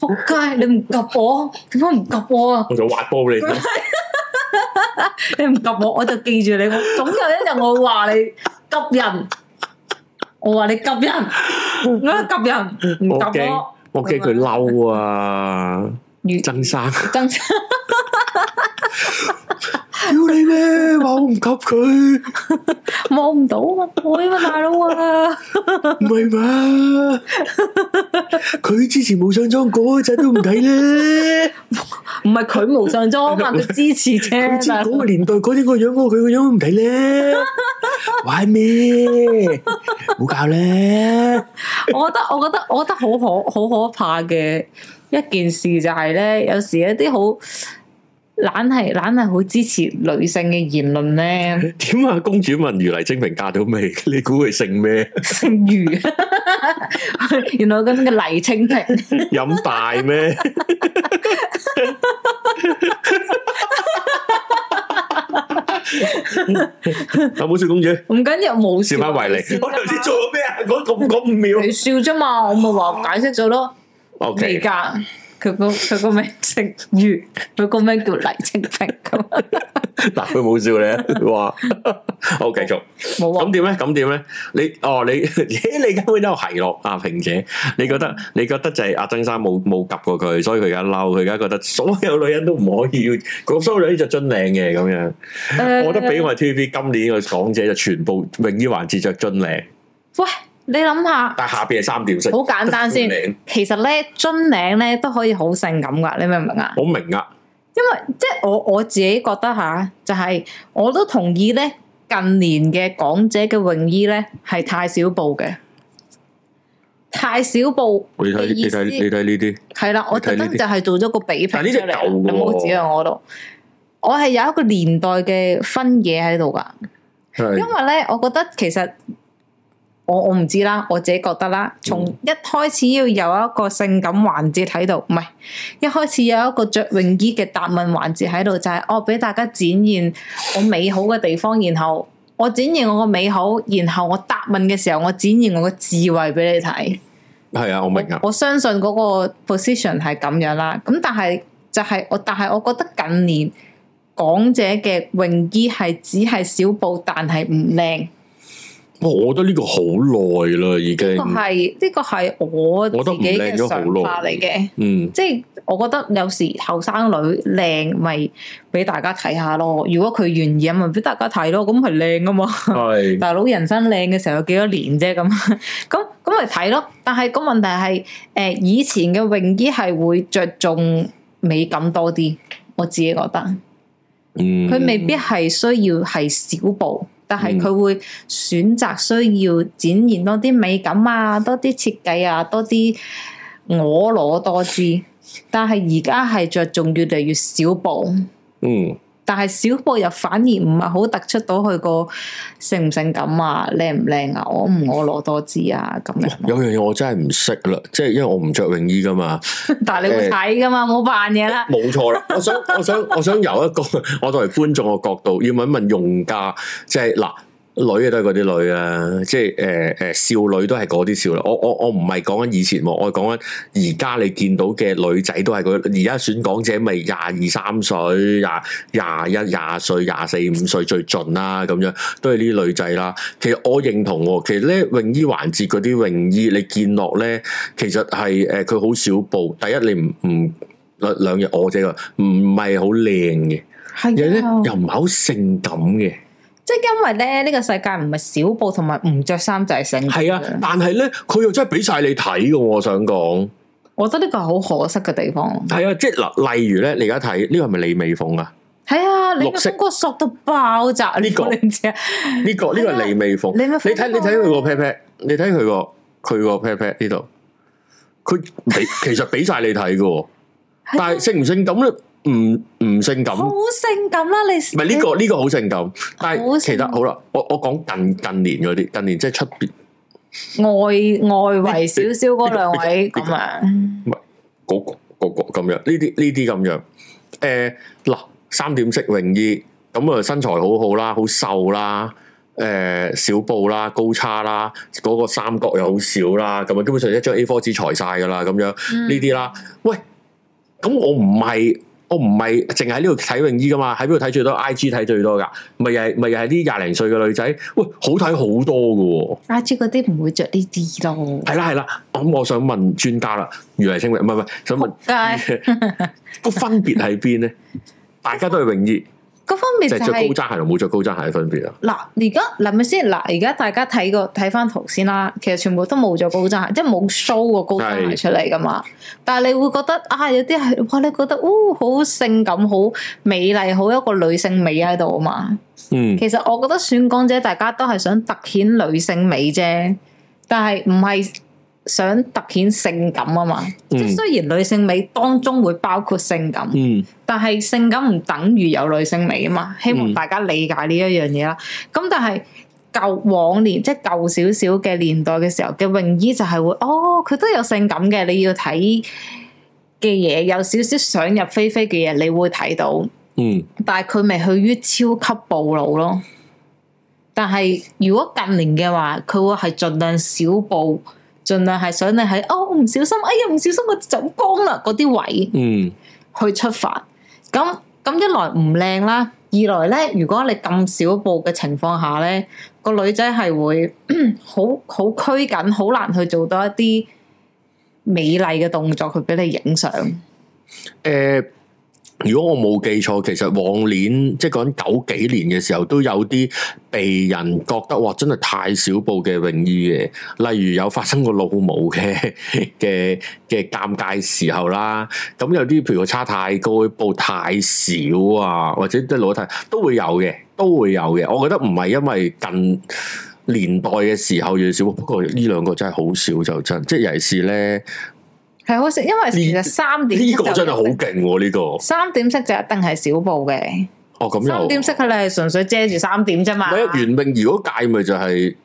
Speaker 2: 仆街，你唔及我，點解唔及我啊？
Speaker 1: 我就滑波俾你睇。
Speaker 2: 你唔及我，我就記住你，我總有一日我會話你及人，我話你及 人，我及人唔
Speaker 1: 我
Speaker 2: 及
Speaker 1: 驚
Speaker 2: 我，
Speaker 1: 我驚佢嬲啊！
Speaker 2: 如
Speaker 1: 曾生，
Speaker 2: 曾生。
Speaker 1: 屌你咩？話我唔及佢，
Speaker 2: 望唔到啊！我呢個大佬啊，
Speaker 1: 唔係嘛？佢之前冇上妝嗰陣都唔睇咧，
Speaker 2: 唔係佢無上裝啊， 佢支持
Speaker 1: 佢
Speaker 2: 啫。
Speaker 1: 知
Speaker 2: 大佬
Speaker 1: 嗰個年代嗰啲個樣，我佢個樣都唔睇咧，玩咩？冇搞咧！
Speaker 2: 我覺得，我覺得，我覺得好可好可怕嘅一件事就係咧，有時一啲好懶係懶係好支持女性嘅言論咧，
Speaker 1: 點啊？公主問如黎精明嫁到未？你估佢姓咩？
Speaker 2: 姓余， 原來咁嘅黎清平，
Speaker 1: 飲大咩？有冇笑公主？
Speaker 2: 唔緊要，冇
Speaker 1: 笑翻維尼，我頭先做咗咩啊？講咁咁五秒
Speaker 2: 你笑啫嘛，我咪話解釋咗咯。
Speaker 1: ，O
Speaker 2: 而
Speaker 1: K，
Speaker 2: 家佢個佢個名姓余，佢個名叫黎清平咁，啊
Speaker 1: 嗱佢冇笑你，佢話好繼續。
Speaker 2: 冇啊
Speaker 1: 咁。點咧？咁點咧？你哦，你 你根本都係咯，阿平姐，你覺得你覺得就係阿曾生冇冇及過佢，所以佢而家嬲，佢而家覺得所有女人都唔可以要，嗰所有女人就樽領嘅咁樣。
Speaker 2: 誒
Speaker 1: 我覺得俾我哋 TVB 今年嘅港姐就全部泳衣環節着樽領，
Speaker 2: 喂，你諗下，
Speaker 1: 但下邊係三點式。
Speaker 2: 好簡單 先
Speaker 1: 樽。領
Speaker 2: 其實咧，樽領咧都可以好性感噶，你明唔明啊？
Speaker 1: 我明啊，
Speaker 2: 因為即係我我自己覺得吓，就係、我都同意咧，近年嘅港姐嘅泳衣咧係太少布嘅，太少布
Speaker 1: 你
Speaker 2: 嘅
Speaker 1: 睇你
Speaker 2: 意
Speaker 1: 睇
Speaker 2: 思
Speaker 1: 你睇呢啲，
Speaker 2: 係啦，我特登
Speaker 1: 你睇呢啲
Speaker 2: 就係做咗個比拼
Speaker 1: 但呢
Speaker 2: 出
Speaker 1: 隻
Speaker 2: 嚟啦，
Speaker 1: 舊㗎
Speaker 2: 你
Speaker 1: 喎
Speaker 2: 冇指啊我度。我係有一個年代嘅分野喺度噶，因
Speaker 1: 係
Speaker 2: 為咧，我覺得其實我我唔知啦，我自己覺得啦，從
Speaker 1: 嗯
Speaker 2: 一開始要有一個性感環節喺度，唔係一開始有一個着泳衣嘅答問環節喺度，就係、我俾大家展現我美好嘅地方，然後我展現我個美好，然後我答問嘅時候，我展現我嘅智慧俾你睇。
Speaker 1: 係啊，我明啊，
Speaker 2: 我相信嗰個 position 係咁樣啦。咁但係就係、我，但係我覺得近年港姐嘅泳衣係只係小布，但係唔靚。
Speaker 1: 哇我覺得呢個好耐啦，已經
Speaker 2: 呢個，係呢個係我自己嘅想法嚟嘅。
Speaker 1: 嗯，
Speaker 2: 即係我覺得有時後生女靚咪俾大家睇下咯。如果佢願意，咪俾大家睇咯。咁係靚啊嘛。
Speaker 1: 係
Speaker 2: 大佬人生靚嘅時候有幾多年啫咁， 咁咁咪睇咯。但係個問題係，誒、以前嘅泳衣係會着重美感多啲，我自己覺得
Speaker 1: 嗯，
Speaker 2: 佢未必係需要係小步，但係佢會選擇需要展現多啲美感啊，多啲設計啊，多啲婀娜多姿。但係而家係着重越嚟越小步。
Speaker 1: 嗯
Speaker 2: 但係小布又反而唔係好突出到佢個性唔性感啊，靚唔靚啊，我唔我攞多姿啊咁樣。
Speaker 1: 有樣嘢我真係唔識啦，即係因為我唔着泳衣噶嘛。
Speaker 2: 但係你會睇噶嘛，冇扮嘢啦。
Speaker 1: 冇錯啦，我想我想我想由一個我作為觀眾嘅角度，要問一問用家，即係嗱，女啊都係嗰啲女啊，即係誒誒少女都係嗰啲少女。我我我唔係講緊以前喎，我係講緊而家你見到嘅女仔都係嗰，而家選港姐咪廿二三歲、廿廿一廿歲、廿四五歲最盡啦，咁樣都係呢啲女仔啦。其實我認同喎，其實咧泳衣環節嗰啲泳衣你見落咧，其實係誒佢好少布。第一你唔唔兩兩日我啫個，唔係好靚嘅。
Speaker 2: 係
Speaker 1: 有咧
Speaker 2: 啊
Speaker 1: 又唔係好性感嘅，
Speaker 2: 即係因為咧呢個世界唔係小布同埋唔着衫就係性感
Speaker 1: 係啊，但係咧佢又真係俾晒你睇嘅，我想講
Speaker 2: 我覺得呢個係好可惜嘅地方。
Speaker 1: 係啊，即係嗱，例如咧，你而家睇呢個係咪李美鳳啊？
Speaker 2: 係啊，你
Speaker 1: 綠色
Speaker 2: 個哥索到爆炸，呢
Speaker 1: 個
Speaker 2: 你唔知啊？
Speaker 1: 呢個呢個
Speaker 2: 係啊
Speaker 1: 係李美鳳，
Speaker 2: 李美鳳
Speaker 1: 你睇你睇佢個 pat pat，你睇佢個佢個 pat pat 呢度，佢俾 其實俾晒你睇嘅，但係性唔性感咧？唔唔性感，
Speaker 2: 好
Speaker 1: 唔
Speaker 2: 性感啦！你唔
Speaker 1: 係呢個呢個好性感，但
Speaker 2: 好
Speaker 1: 係
Speaker 2: 性
Speaker 1: 其
Speaker 2: 感
Speaker 1: 實好啦，我我講近近年嗰啲，近年即係出邊
Speaker 2: 外外圍少少嗰兩位
Speaker 1: 呢個
Speaker 2: 咁
Speaker 1: 呢
Speaker 2: 啊，
Speaker 1: 嗰個嗰個咁樣，呢啲呢啲咁樣。誒嗱，三點式泳衣，咁啊身材好好啦，好瘦啦，誒、小布啦，高叉啦，嗰、個三角又好少啦，咁啊基本上一張 A4 紙裁晒噶啦，咁樣呢啲啦。喂，咁我唔係。我唔係淨係喺呢度睇泳衣噶嘛，喺邊度睇最多？I G 睇最多噶，咪又係咪又係啲廿零歲嘅女仔？喂，好睇好多噶喎、
Speaker 2: I G 嗰啲唔會着呢啲咯。
Speaker 1: 係啦係啦，咁我想問專家啦，如嚟清明唔係唔係，想問
Speaker 2: 但係
Speaker 1: 個分別喺邊 咧？大家都係泳衣，
Speaker 2: 嗰方面
Speaker 1: 就
Speaker 2: 就
Speaker 1: 係着高
Speaker 2: 係
Speaker 1: 踭鞋同冇着高踭鞋嘅分別啊！
Speaker 2: 嗱，而家嗱咪先嗱，而家大家睇個睇翻圖先啦，其實全部都冇咗高踭鞋，即係冇 show 個高踭鞋
Speaker 1: 係
Speaker 2: 出嚟噶嘛。但係你會覺得啊，有啲係哇，你覺得哦，好性感，好美麗，好一個女性美喺度啊嘛。
Speaker 1: 嗯，
Speaker 2: 其實我覺得選港姐大家都係想突顯女性美啫，但係唔係想突顯性感啊嘛。即係
Speaker 1: 嗯
Speaker 2: 雖然女性美當中會包括性感，
Speaker 1: 嗯
Speaker 2: 但係性感唔等於有女性美啊嘛。希望
Speaker 1: 嗯
Speaker 2: 大家理解呢一樣嘢啦。咁但係舊往年即係舊少少嘅年代嘅時候嘅泳衣就係會哦，佢都有性感嘅，你要睇嘅嘢有少少想入非非嘅嘢，你會睇到。
Speaker 1: 嗯，
Speaker 2: 但係佢未去於超級暴露咯。但係如果近年嘅話，佢會係盡量少暴，盡量係想你喺哦唔小心，哎呀唔小心我走光啦嗰啲位
Speaker 1: 嗯
Speaker 2: 去出發。咁咁一來唔靚啦，二來咧，如果你咁少暴嘅情況下咧，個女仔係會 好好拘謹，好難去做到一啲美麗嘅動作去俾你影相。
Speaker 1: 誒、呃如果我冇記錯，其實往年即係講緊九幾年嘅時候，都有啲被人覺得哇，真係太少布嘅泳衣嘅，例如有發生過老母嘅 嘅嘅尷尬時候啦。咁有啲譬如個叉太高，布太少啊，或者即係攞太都會有嘅，都會有嘅。我覺得唔係因為近年代嘅時候越少，不過呢兩個真係好少就真，即係尤其是咧
Speaker 2: 係好食，因為其實
Speaker 1: 呢
Speaker 2: 三點
Speaker 1: 呢、
Speaker 2: 式
Speaker 1: 個
Speaker 2: 就
Speaker 1: 真係好
Speaker 2: 一定
Speaker 1: 勁喎呢個。
Speaker 2: 三點式就一定係小步嘅，
Speaker 1: 哦咁
Speaker 2: 三
Speaker 1: 又。
Speaker 2: 點式佢哋係純粹遮住三點啫嘛。
Speaker 1: 係啊，袁詠儀嗰屆咪就係、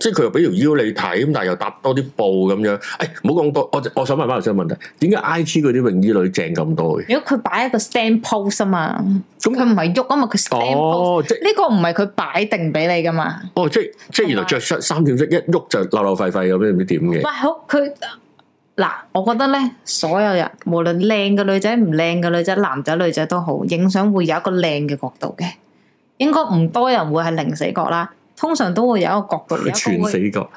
Speaker 1: 即係佢又俾條腰你睇，咁但係又搭多啲布咁樣。誒、唔好講多，我我想問翻頭先個問題，點解 I G 嗰啲泳衣女正咁多嘅？
Speaker 2: 如果佢擺一個 stand pose 啊嘛，咁
Speaker 1: 咁
Speaker 2: 佢唔係喐啊嘛，佢 stand pose。
Speaker 1: 哦，即係
Speaker 2: 呢個唔係佢擺定俾你噶嘛，
Speaker 1: 哦，即係即係原來着恤三點式一喐就漏漏廢廢咁樣，唔知點
Speaker 2: 唔
Speaker 1: 嘅。
Speaker 2: 係好佢嗱，我覺得咧，所有人無論靚嘅女仔唔靚嘅女仔，男仔女仔都好，影相會有一個靚嘅角度嘅，應該唔多人會係零死角啦，通常都會有一個角度，嗯有一
Speaker 1: 佢
Speaker 2: 個
Speaker 1: 全
Speaker 2: 會
Speaker 1: 死角，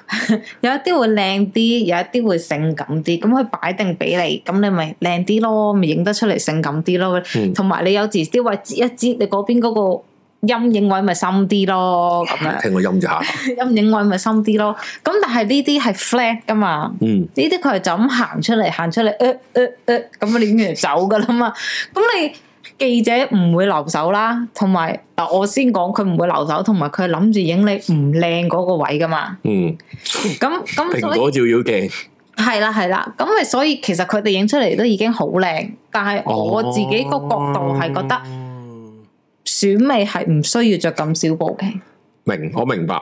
Speaker 2: 有一啲會靚啲，有一啲會性感啲，咁佢擺定俾你，咁你咪靚啲咯，咪影得出嚟性感啲咯。
Speaker 1: 嗯
Speaker 2: 同埋你有時啲位擠一擠，你嗰邊嗰個陰影位咪深啲咯，咁樣
Speaker 1: 聽我音就 下，
Speaker 2: 陰影位咪深啲咯。咁但係呢啲係 flat 噶嘛，
Speaker 1: 嗯，
Speaker 2: 呢啲佢係就咁行出嚟，行出嚟，呃呃呃，咁你跟住走噶啦嘛。咁你記者唔會留手啦，同埋嗱我先講佢唔會留手，同埋佢係諗住影你唔靚嗰個位噶嘛。
Speaker 1: 嗯，
Speaker 2: 咁咁所
Speaker 1: 蘋
Speaker 2: 以。
Speaker 1: 果照妖鏡，
Speaker 2: 係啦係啦，咁咪所以其實佢哋影出嚟都已經好靚，但係
Speaker 1: 哦
Speaker 2: 我自己個角度係覺得選美係唔需要着咁少布嘅。
Speaker 1: 明，我明白，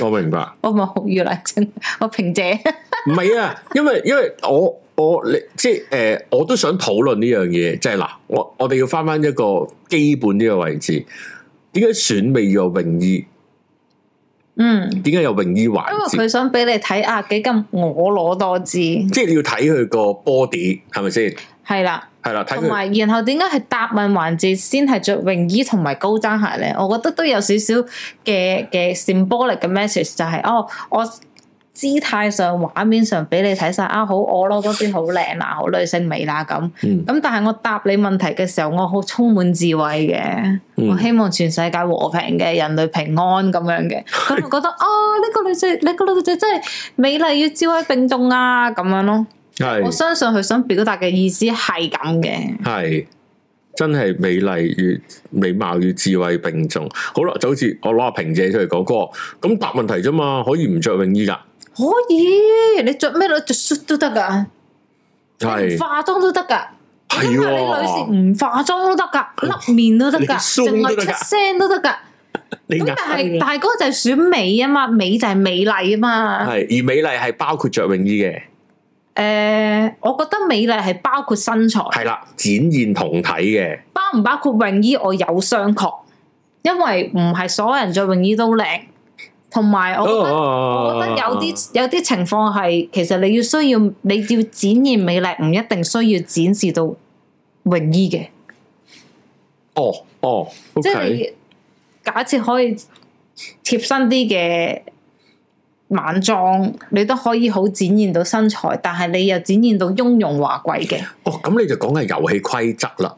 Speaker 1: 我明白。
Speaker 2: 我咪好越嚟真， 我平姐
Speaker 1: 唔係啊，因為因為我我你即係誒、呃我都想討論呢樣嘢，即係嗱，我我哋要翻翻一個基本呢個位置，點解選美要有泳衣？
Speaker 2: 嗯，因
Speaker 1: 點解有泳衣環
Speaker 2: 為
Speaker 1: 節？
Speaker 2: 佢想俾你睇啊幾咁我攞多姿，
Speaker 1: 即係你要睇佢個 body 係咪先？
Speaker 2: 係啦，
Speaker 1: 係啦，睇
Speaker 2: 同
Speaker 1: 佢
Speaker 2: 埋然後點解係答問環節先係着泳衣同埋高踭鞋咧？我覺得都有少少嘅嘅 symbolic 嘅 message 就係、哦，我姿態上畫面上俾你睇晒啊，好我攞嗰邊好靚啦，好女性美啦咁。
Speaker 1: 嗯
Speaker 2: 咁但係我答你問題嘅時候，我好充滿智慧嘅，
Speaker 1: 嗯
Speaker 2: 我希望全世界和平嘅，人類平安咁樣嘅。咁我覺得啊，呢、個女仔，呢、個女仔真係美麗與智慧並重啊，咁樣咯。我
Speaker 1: 係
Speaker 2: 相信佢想表達嘅意思係咁嘅。
Speaker 1: 係真係美麗與美貌與智慧並重。好啦，就好似我攞阿平姐出嚟講哥，咁答問題啫嘛，可以唔着泳衣㗎，
Speaker 2: 可以，你着咩都着 suit 都得噶，你唔
Speaker 1: 係
Speaker 2: 化妝都得噶。
Speaker 1: 係
Speaker 2: 因為
Speaker 1: 喎
Speaker 2: 你女士唔化妝都得噶，甩面都得
Speaker 1: 你
Speaker 2: 噶，
Speaker 1: 梳
Speaker 2: 淨
Speaker 1: 都
Speaker 2: 係
Speaker 1: 得㗎
Speaker 2: 出聲都得噶。
Speaker 1: 你
Speaker 2: 咁
Speaker 1: 啱
Speaker 2: 但係
Speaker 1: 嘅
Speaker 2: 但係嗰個就係選美啊嘛，美就係美麗啊嘛。
Speaker 1: 係而美麗係包括着泳衣嘅，
Speaker 2: 诶、呃我覺得美麗係包括身材，
Speaker 1: 係啦，展現同體嘅，
Speaker 2: 包唔包括泳衣，我有商榷，因為唔係所有人着泳衣都靚，同埋我覺
Speaker 1: 哦
Speaker 2: 得、哦我覺得有啲有啲情況係，其實你要需要你要展現美麗，唔一定需要展示到泳衣嘅
Speaker 1: 哦哦
Speaker 2: 即係
Speaker 1: ，OK，
Speaker 2: 你假設可以貼身啲嘅。晚裝你都可以好展現到身材，但係你又展現到雍容華貴嘅，
Speaker 1: 哦咁你就講係遊戲規則啦。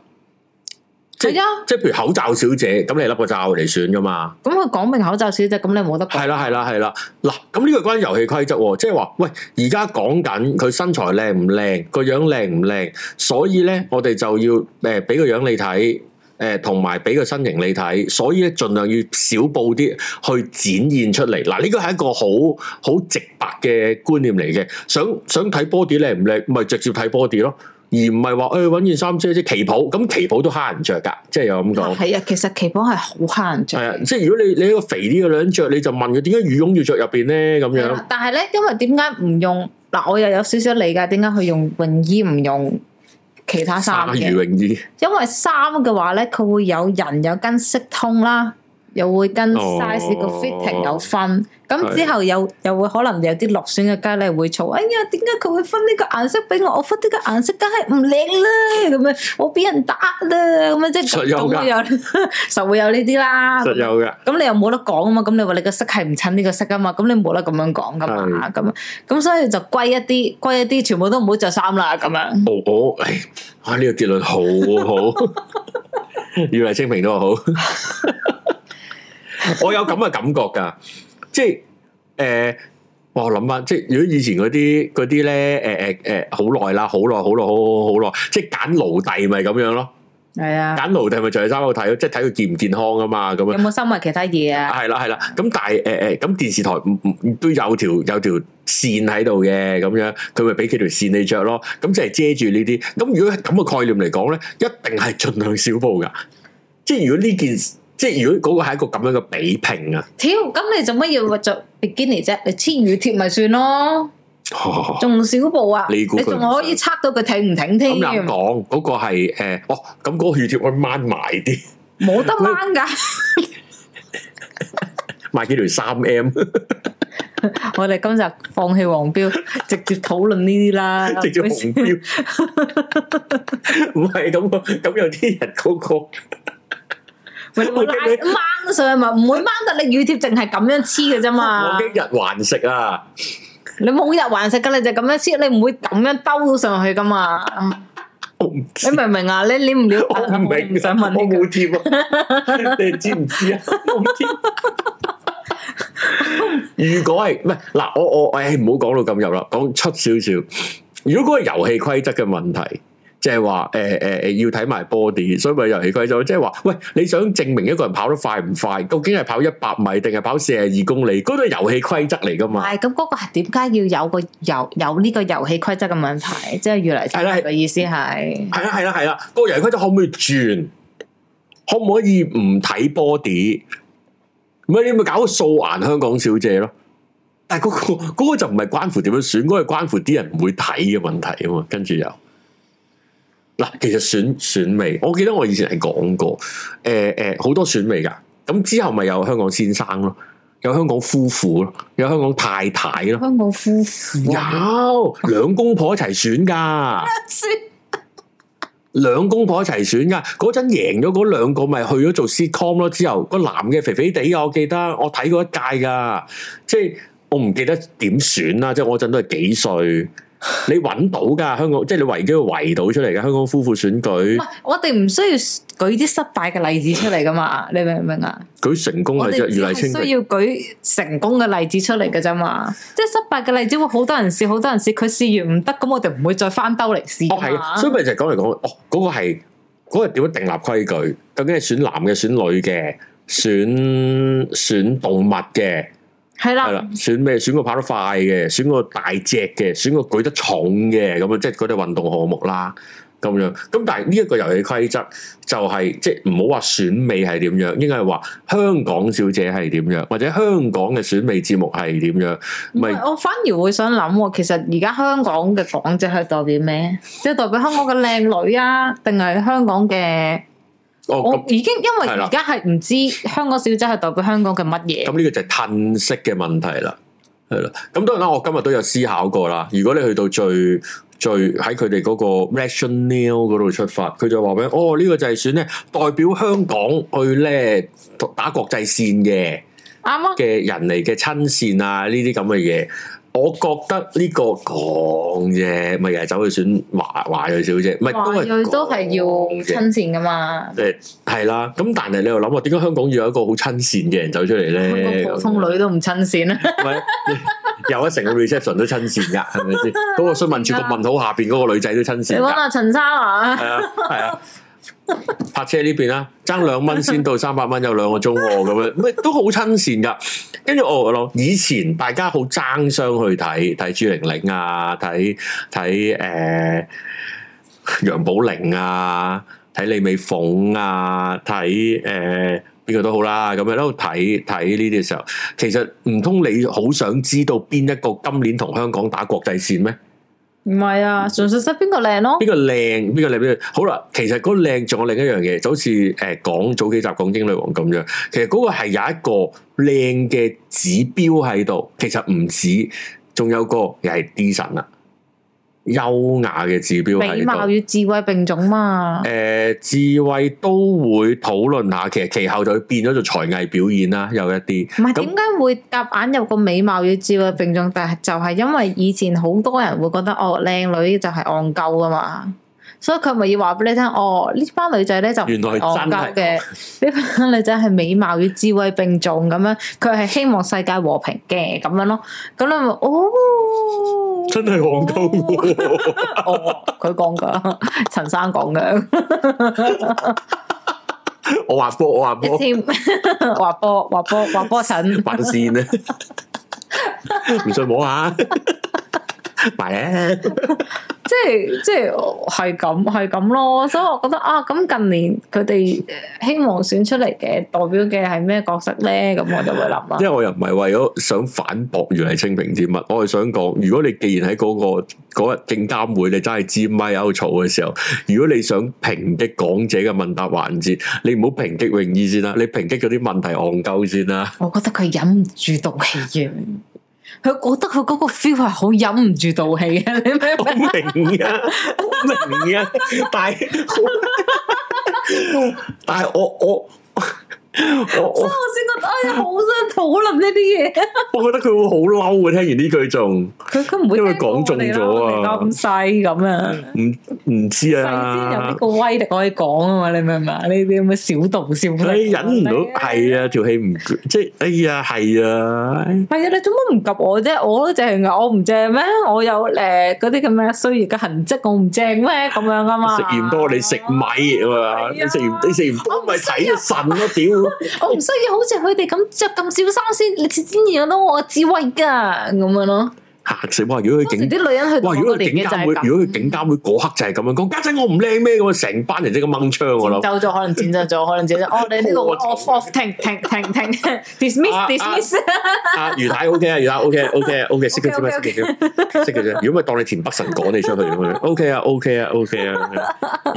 Speaker 1: 即
Speaker 2: 係啊，
Speaker 1: 即係譬如口罩小姐，咁你笠個罩嚟選噶嘛？
Speaker 2: 咁佢講明口罩小姐，咁你冇得講。
Speaker 1: 係啦，係啦，係啦。嗱，咁呢個關於遊戲規則喎，即係話，喂，而家講緊佢身材靚唔靚，個樣靚唔靚，所以咧，我哋就要誒俾個樣你睇，誒同埋俾個身形你睇，所以咧，盡量要少報啲去展現出嚟。嗱，呢個係一個好好直白嘅觀念嚟嘅。想想睇 body 靚唔靚，咪直接睇 body 咯，而唔係話誒揾件衫啫，即係旗袍，咁旗袍都蝦人着㗎，即係有咁講。
Speaker 2: 係啊，其實旗袍係好蝦人
Speaker 1: 係啊
Speaker 2: 着，。
Speaker 1: 即係如果你你一個肥啲嘅女人着，你就問佢點解羽絨要着入邊咧咁
Speaker 2: 係
Speaker 1: 樣
Speaker 2: 啦，但係咧，因為點解唔用嗱？我又有少少理解點解佢用泳衣唔用其他衫
Speaker 1: 鯊
Speaker 2: 嘅，
Speaker 1: 魚泳衣
Speaker 2: 因為衫嘅話咧，佢會有人有跟色通啦，又會跟
Speaker 1: 哦
Speaker 2: size 個 fitting 有分，咁
Speaker 1: 係
Speaker 2: 之後有又會可能有啲落選嘅佳麗會嘈，哎呀，點解佢會分呢個顏色俾我？我分呢個顏色梗係唔靚啦，咁樣我俾人打啦，咁樣即
Speaker 1: 實
Speaker 2: 係
Speaker 1: 有㗎
Speaker 2: 咁會有， 實會有呢啲啦。
Speaker 1: 實有嘅，
Speaker 2: 咁你又冇得講啊嘛，咁你話你個色係唔襯呢個色啊嘛，咁你冇得咁樣講噶嘛，咁咁所以就歸一啲，歸一啲，全部都唔好着衫啦，咁樣。
Speaker 1: 我我唉啊呢個結論好好，以為清平都話好，我有咁嘅感覺㗎，即係誒。呃哇我諗翻，即係如果以前嗰啲嗰啲咧，誒誒誒，好耐啦，好耐，好耐，好好好耐，即係揀奴隸咪咁樣咯，
Speaker 2: 係啊，
Speaker 1: 揀奴隸咪就係三個睇咯，即係睇佢健唔健康啊嘛，咁樣
Speaker 2: 有。冇收埋其他嘢啊？
Speaker 1: 係啦係啦，咁但係誒誒，咁電視台唔唔都有條有條線喺度嘅咁樣，佢咪俾幾條線你着咯，咁就係遮住呢啲。咁如果係咁嘅概念嚟講咧，一定係盡量少布噶。即係如果呢件，即係如果嗰個係一個咁樣嘅比拼啊，
Speaker 2: 屌，咁你做乜要着 bikini 啫？你黐乳貼咪算咯，仲少布啊？
Speaker 1: 你
Speaker 2: 你
Speaker 1: 估佢
Speaker 2: 仲可以測到佢挺唔挺添
Speaker 1: 咁，又講嗰個係誒，哦，咁嗰個血貼可以掹埋啲，
Speaker 2: 冇得掹㗎。
Speaker 1: 買幾條三 M，
Speaker 2: 我哋今集放棄黃標，直接討論呢啲啦。
Speaker 1: 直接紅標。唔係咁，咁有啲人嗰個。
Speaker 2: 喂，你冇拉掹上去咪唔會掹得你乳貼，淨係咁樣啊黐嘅啫嘛
Speaker 1: 我。驚日環食啊！
Speaker 2: 你冇日還食噶，你就咁樣黐，你唔會咁樣兜上去噶嘛？
Speaker 1: 我唔知
Speaker 2: 你明唔明啊？你你唔了解，
Speaker 1: 我唔明，
Speaker 2: 唔想問
Speaker 1: 我
Speaker 2: 呢
Speaker 1: 冇貼啊！你知唔知啊？我唔知。如果係唔係嗱，我我我誒唔好講到咁入啦，講出少少。如果嗰個遊戲規則嘅問題，即係話誒誒誒要睇埋 body，所以咪遊戲規則，即係話喂，你想證明一個人跑得快唔快，究竟係跑一百米定係跑四十二公里？嗰個係遊戲規則嚟噶
Speaker 2: 個。
Speaker 1: 嘛？
Speaker 2: 係咁，嗰個係點解要有個遊有呢個遊戲規則嘅問題？即係越嚟
Speaker 1: 係啦係
Speaker 2: 嘅意思係
Speaker 1: 係啦啊係啦係啦，個遊戲規則可唔可以轉？可唔可以唔睇 body？唔係你咪搞個素顏香港小姐咯？但係嗰、個嗰、個就唔係關乎點樣選，嗰、個係關乎啲人唔會睇嘅問題啊嘛。跟住又嗱，其實選選美，我記得我以前係講過，誒、誒好多選美㗎。咁之後咪有香港先生咯，有香港夫婦咯，有香港太太咯，
Speaker 2: 香港夫婦啊
Speaker 1: 有兩公婆一齊選㗎。兩公婆一齊選噶，嗰陣贏咗嗰兩個咪去咗做 sitcom 咯。之後個男嘅肥肥地啊，我記得我睇過一屆噶，即係我唔記得點選啦。即係我嗰陣都係幾歲，你揾到噶香港，即係你圍機要圍到出嚟嘅香港夫婦選舉
Speaker 2: 唔，係，我哋唔需要舉啲失敗嘅例子出嚟噶嘛？你明唔明啊？
Speaker 1: 舉成功
Speaker 2: 我
Speaker 1: 係
Speaker 2: 哋
Speaker 1: 只
Speaker 2: 只
Speaker 1: 如麗
Speaker 2: 係
Speaker 1: 清
Speaker 2: 需要舉成功嘅例子出嚟嘅啫嘛。即係失敗嘅例子會好多人試，好多人試，佢試完唔得，咁我哋唔會再翻兜嚟試
Speaker 1: 哦
Speaker 2: 㗎
Speaker 1: 係
Speaker 2: 嘛。
Speaker 1: 啊，所以咪就係講嚟講去，哦嗰、個係嗰、個點樣定立規矩？究竟係選男嘅、選女嘅、選選動物嘅？系
Speaker 2: 係啦
Speaker 1: 啦，，選咩？選個跑得快嘅，選個大隻嘅，選個舉得重嘅，咁啊，即係嗰啲運動項目啦，咁樣。咁但係呢一個遊戲規則就係、即係唔好話選美係點樣，應該係話香港小姐係點樣，或者香港嘅選美節目係點樣，
Speaker 2: 唔
Speaker 1: 咪
Speaker 2: 係我反而會想諗喎，其實而家香港嘅港姐係代表咩？即係代表香港嘅靚女啊，定係香港嘅？
Speaker 1: 哦
Speaker 2: 我
Speaker 1: 咁
Speaker 2: 已經因為
Speaker 1: 係啦
Speaker 2: 而家係唔知香港小姐係代表香港嘅乜嘢。
Speaker 1: 咁呢個就係褪色嘅問題啦，係啦。咁當然啦，我今日都有思考過啦。如果你去到最最喺佢哋嗰個 rationale 嗰度出發，佢就話俾你哦呢、個就係選咧代表香港去咧打國際線嘅
Speaker 2: 啱啊，
Speaker 1: 嘅人嚟嘅親善啊呢啲咁嘅嘢。我覺得呢個講啫，咪又係走去選華華裔小姐，咪都
Speaker 2: 華
Speaker 1: 係
Speaker 2: 裔都係要
Speaker 1: 講啫
Speaker 2: 親善噶嘛，
Speaker 1: 誒係啦。咁但係你又諗話，點解香港要有一個好親善嘅人走出嚟
Speaker 2: 香
Speaker 1: 咧？
Speaker 2: 港普通女都唔親善啊啦。
Speaker 1: 喂，有一成個 reception 都親善噶，係咪先？嗰、個詢問處個問號下邊嗰個女仔都親
Speaker 2: 啊你
Speaker 1: 善
Speaker 2: 揾
Speaker 1: 噶，
Speaker 2: 阿陳生啊，
Speaker 1: 係啊，係啊。泊車呢邊啦，爭兩蚊先到三百蚊，有兩個鐘喎，咁樣咩都好親善噶。跟住哦我諗，以前大家好爭相去睇睇朱玲玲啊，睇睇誒楊寶玲啊，睇李美鳳啊，睇誒邊個都好啦，咁樣喺度睇睇呢啲嘅時候。其實唔通你好想知道邊一個今年同香港打國際線咩？
Speaker 2: 唔係啊，純粹得邊個靚咯
Speaker 1: 邊，個靚？邊個靚？邊個好啦？其實嗰個靚仲有另一樣嘢，就好似誒講早幾集講英女王咁樣。其實嗰個係有一個靚嘅指標喺度，其實唔止，仲有個又係 D 神啦，優雅嘅指標
Speaker 2: 美
Speaker 1: 喺
Speaker 2: 貌
Speaker 1: 度。
Speaker 2: 與智慧並重嘛
Speaker 1: 誒、。智慧都會討論下，其實其後就會變咗做才藝表演啦，有一啲。
Speaker 2: 唔
Speaker 1: 咁
Speaker 2: 係點解會夾硬有個美貌與智慧並重？但係就係因為以前好多人會覺得哦，靚女就係戇鳩噶嘛，所以佢咪要話俾你聽哦，呢班女仔咧就唔
Speaker 1: 原來
Speaker 2: 係戇鳩
Speaker 1: 真係
Speaker 2: 哦嘅，呢班女仔係美貌與智慧並重咁樣，佢係希望世界和平嘅咁樣咯。咁你咪哦，
Speaker 1: 真係戇鳩喎！
Speaker 2: 哦，佢講噶，陳生講嘅，
Speaker 1: 我話波，我話
Speaker 2: 一
Speaker 1: 波。
Speaker 2: 添 話波話波話波陳。
Speaker 1: 玩先啦，唔信啊摸下，埋咧，
Speaker 2: 即係即係哦係咁係咁咯，所以我覺得啊，咁近年佢哋呃希望選出嚟嘅代表嘅係咩角色咧？咁我就會諗啦
Speaker 1: 因。為我又唔係為咗想反駁原嚟清平之物，我係想講，如果你既然喺嗰、個嗰日證監會你真係支咪喺度嘈嘅時候，如果你想抨擊港姐嘅問答環節，你唔好抨擊泳衣先啦，你抨擊嗰啲問題戇鳩先啦。
Speaker 2: 我覺得佢忍唔住道氣嘅，佢我覺得佢嗰個 feel 係好忍唔住道氣嘅， 你明唔
Speaker 1: 我
Speaker 2: 明？
Speaker 1: 明啊，我明啊，但係但係我我我
Speaker 2: 所
Speaker 1: 我
Speaker 2: 以。我先覺得哎呀，好想討論 呢啲嘢。
Speaker 1: 我覺得佢會好嬲嘅，聽完呢句仲
Speaker 2: 佢佢唔會
Speaker 1: 因為
Speaker 2: 聽過
Speaker 1: 講中
Speaker 2: 我哋啦
Speaker 1: 咗啊
Speaker 2: 我哋咁細咁啊，
Speaker 1: 唔唔知
Speaker 2: 細先有呢
Speaker 1: 啊，
Speaker 2: 個威力可以講啊嘛，你明唔明啊？呢啲咁嘅小道消息，
Speaker 1: 你哎忍 唔到，係啊，條氣唔即係，哎呀，係啊，
Speaker 2: 係啊，你做乜唔及我啫？我都正噶，我唔正咩？我有誒嗰啲咁嘅衰嘢嘅痕跡，我唔正咩？咁樣噶嘛？
Speaker 1: 食鹽多你食米啊嘛，你食鹽你食鹽多咪
Speaker 2: 啊
Speaker 1: 睇個腎咯，
Speaker 2: 我唔需要好似佢哋咁着咁少衫先，你先至有到我嘅智慧噶咁樣咯。
Speaker 1: 屌嚇死！哇！如果佢
Speaker 2: 當時
Speaker 1: 警
Speaker 2: 啲女人去到
Speaker 1: 哇，
Speaker 2: 嗰
Speaker 1: 如
Speaker 2: 個
Speaker 1: 果佢
Speaker 2: 年
Speaker 1: 警
Speaker 2: 紀就
Speaker 1: 監
Speaker 2: 係
Speaker 1: 會，如果
Speaker 2: 咁，
Speaker 1: 佢警監會嗰刻就係咁樣講，家陣我唔靚咩咁，啊成班人即刻掹槍我諗。
Speaker 2: 走咗可能剪走咗，可能剪咗。哦，你呢個
Speaker 1: 我
Speaker 2: off off 停停停停 dismiss
Speaker 1: 啊啊
Speaker 2: dismiss。
Speaker 1: 啊，魚太 OK 啊，魚太 OK OK OK，識嘅啫，識嘅啫，識嘅啫。如果咪當你田北辰趕你出去咁樣，OK 啊 OK 啊 OK 啊，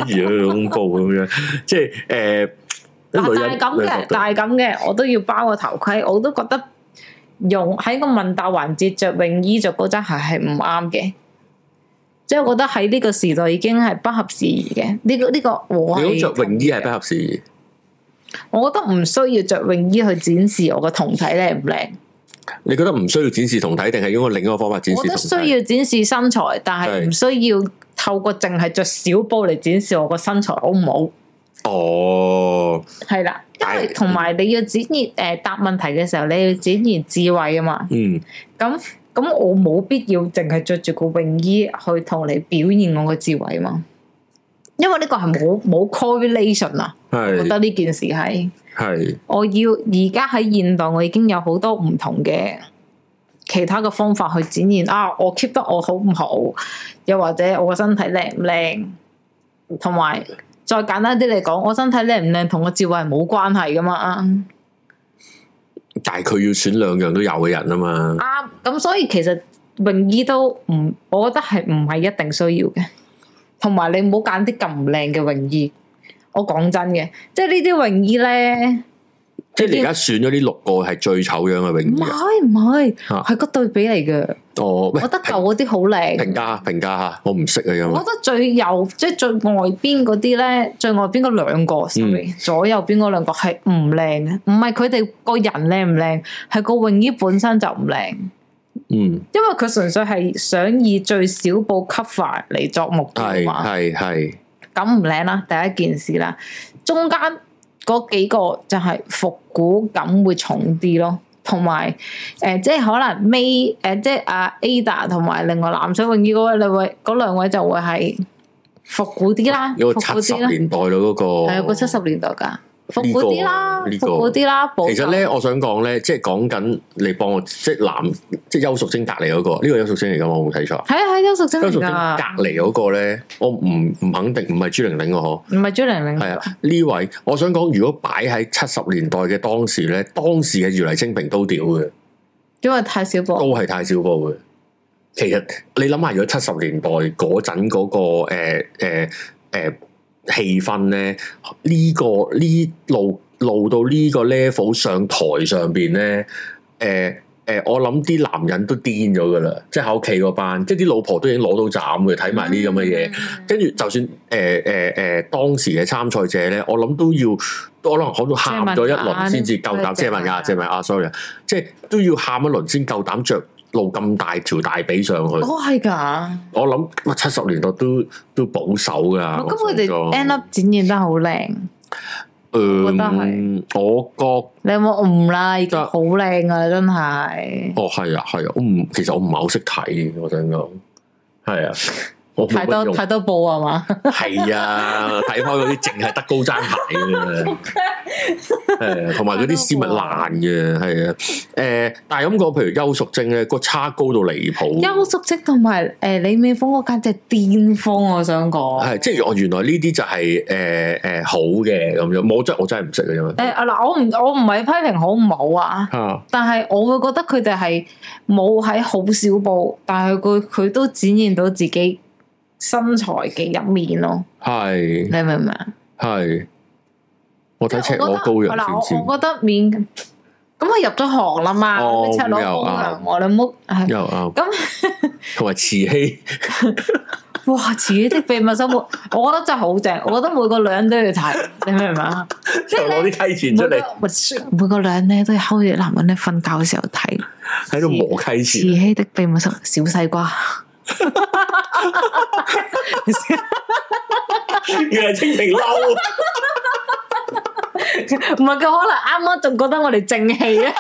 Speaker 1: 咦好恐怖咁樣，即係誒，
Speaker 2: 嗱，
Speaker 1: 啲女
Speaker 2: 但係
Speaker 1: 人
Speaker 2: 咁嘅，但係咁嘅，我都要包個頭盔，我都覺得用喺個問答環節着泳衣着高踭鞋係唔啱嘅，即係我覺得喺呢個時代已經係不合時宜嘅。呢、個呢、個我
Speaker 1: 你
Speaker 2: 係
Speaker 1: 着泳衣係不合時宜，
Speaker 2: 我覺得唔需要着泳衣去展示我個胴體靚唔靚，
Speaker 1: 你覺得唔需要展示胴體，定係應該另一個方法展
Speaker 2: 我
Speaker 1: 示
Speaker 2: 覺得
Speaker 1: 胴
Speaker 2: 需
Speaker 1: 體？
Speaker 2: 要展示身材，但係唔需要透過淨係着小布嚟展示我個身材好唔好？
Speaker 1: 哦，
Speaker 2: 係啦，因為
Speaker 1: 但係
Speaker 2: 同埋你要展現誒、呃答問題嘅時候，你要展現智慧啊嘛。
Speaker 1: 嗯，
Speaker 2: 咁咁我冇必要淨係着住個泳衣去同你表現我嘅智慧啊嘛。因為呢個係冇冇 correlation 啊，我覺
Speaker 1: 係
Speaker 2: 得呢件事係。
Speaker 1: 係
Speaker 2: 我要而家喺現代，我已經有好多唔同嘅其他嘅方法去展現啊！我 keep 得我好唔好？又或者我個身體靚唔靚？同埋再簡單啲嚟講，我身體靚唔靚同我智慧係冇關係噶嘛？
Speaker 1: 但係佢要選兩樣都有嘅人啊嘛，
Speaker 2: 啱咁，所以其實泳衣都唔，我覺得係唔係一定需要嘅。同埋你唔好揀啲咁唔靚嘅泳衣。我講真嘅，即係呢啲泳衣咧。
Speaker 1: 即係你而家選咗呢六個係最醜樣嘅泳
Speaker 2: 唔
Speaker 1: 衣啊。
Speaker 2: 係唔係，
Speaker 1: 啊
Speaker 2: 係個對比嚟嘅。
Speaker 1: 哦，
Speaker 2: 我
Speaker 1: 喂
Speaker 2: 覺，得舊嗰啲好靚，
Speaker 1: 評價評價下，我唔識啊，因
Speaker 2: 我
Speaker 1: 為
Speaker 2: 覺得最右即係最外邊嗰啲咧，最外邊嗰兩個
Speaker 1: 嗯
Speaker 2: sorry，左右邊嗰兩個係唔靚嘅，唔係佢哋個人靚唔靚，係個泳衣本身就唔靚，
Speaker 1: 嗯
Speaker 2: 因為佢純粹係想以最少布 cover 嚟作目
Speaker 1: 係
Speaker 2: 標啊嘛。
Speaker 1: 係係
Speaker 2: 咁唔靚啦，第一件事啦。中間嗰幾個就係復古感會重啲咯，同埋誒即係可能 May 誒、即係阿 Ada 同埋另外藍水泳衣嗰位兩位嗰兩位就會係復古啲啦，
Speaker 1: 哦有
Speaker 2: 復
Speaker 1: 個
Speaker 2: 古
Speaker 1: 七十
Speaker 2: 啲啦，
Speaker 1: 年代咯嗰個，
Speaker 2: 係啊個七十年代㗎，復古啲啦，
Speaker 1: 呢
Speaker 2: 復
Speaker 1: 個
Speaker 2: 古啲啦，保守
Speaker 1: 其實咧，我想講咧，即係講緊你幫我，即係男，即係邱淑貞隔離嗰個，呢個邱淑貞嚟㗎嘛，我冇睇錯。
Speaker 2: 係啊係邱淑貞
Speaker 1: 邱
Speaker 2: 嚟
Speaker 1: 淑貞
Speaker 2: 㗎，
Speaker 1: 隔離嗰個咧，我唔唔肯定，唔係朱玲玲個嗬。
Speaker 2: 唔係朱玲玲
Speaker 1: 係啊，呢位我想講，如果擺喺七十年代嘅當時咧，當時嘅如麗清平都屌嘅，
Speaker 2: 因為太少
Speaker 1: 都
Speaker 2: 布，
Speaker 1: 係太少布嘅。其實你諗下，如果七十年代嗰陣嗰個誒誒誒氣氛咧，呢、個呢路路到呢個 level 上台上邊咧，誒、誒、我諗啲男人都癲咗噶啦，即係喺屋企嗰班，即係啲老婆都已經攞到斬嘅，睇埋呢啲咁嘅嘢。跟住就算誒誒誒當時嘅參賽者咧，我諗都要可能可能喊咗一輪先至夠膽，
Speaker 2: 遮
Speaker 1: 遮
Speaker 2: 文
Speaker 1: 文
Speaker 2: 雅
Speaker 1: 雅，遮文雅，sorry，啊即係都要喊一輪先夠膽着露咁大條大髀上去。
Speaker 2: 哦係㗎，
Speaker 1: 我諗哇，七十年代都都保守噶。
Speaker 2: 哦咁
Speaker 1: 我想
Speaker 2: 佢哋
Speaker 1: 講
Speaker 2: end up 展現得好靚。
Speaker 1: 嗯我
Speaker 2: 我覺得係，
Speaker 1: 覺
Speaker 2: 你有冇唔啦？已經
Speaker 1: 得
Speaker 2: 好靚啊，真係
Speaker 1: 哦係啊係啊，我唔其實我唔係好識睇，我想講係啊，我冇乜
Speaker 2: 太多
Speaker 1: 用
Speaker 2: 太多布啊嘛！
Speaker 1: 係啊，睇開嗰啲淨係得高踭鞋嘅，係啊同埋嗰啲絲襪爛嘅，係啊。誒，但係咁講，譬如邱淑貞咧，個差高到離
Speaker 2: 邱
Speaker 1: 譜，啊
Speaker 2: 淑貞同埋誒李美峰嗰間真係巔峰，我想講
Speaker 1: 係即係我原來呢啲就係誒誒好嘅咁樣，我真我真係唔識嘅，因為
Speaker 2: 誒啊嗱，我唔我唔係批評好唔好啊，
Speaker 1: 嚇
Speaker 2: 但係我會覺得佢哋係冇喺好少布，但係佢佢都展現到自己身材嘅一面咯，
Speaker 1: 係
Speaker 2: 你明唔明啊？
Speaker 1: 係，我睇
Speaker 2: 即
Speaker 1: 赤
Speaker 2: 係我
Speaker 1: 裸
Speaker 2: 覺
Speaker 1: 高
Speaker 2: 得嗱
Speaker 1: 人先
Speaker 2: 我我覺得面咁佢入咗行啦嘛，
Speaker 1: 哦
Speaker 2: 赤裸
Speaker 1: 咁又
Speaker 2: 高
Speaker 1: 啱
Speaker 2: 人，我你唔好係
Speaker 1: 知，又啱，
Speaker 2: 咁。
Speaker 1: 同埋慈禧
Speaker 2: 哇！自己的秘密生活，我覺得真係好正，我覺得每個女人都要睇，你明唔明 啊？ 即
Speaker 1: 就
Speaker 2: 係
Speaker 1: 攞
Speaker 2: 咧，
Speaker 1: 啲溪錢
Speaker 2: 每
Speaker 1: 出
Speaker 2: 個
Speaker 1: 嚟
Speaker 2: 唔係每個女人咧都要睺住男人咧瞓覺嘅時候睇《
Speaker 1: 啊喺度磨溪
Speaker 2: 慈
Speaker 1: 錢，
Speaker 2: 禧的秘密生活》小西瓜，
Speaker 1: 原來清平嬲。啊
Speaker 2: 唔係佢可能啱啱仲覺得我哋正 氣啊，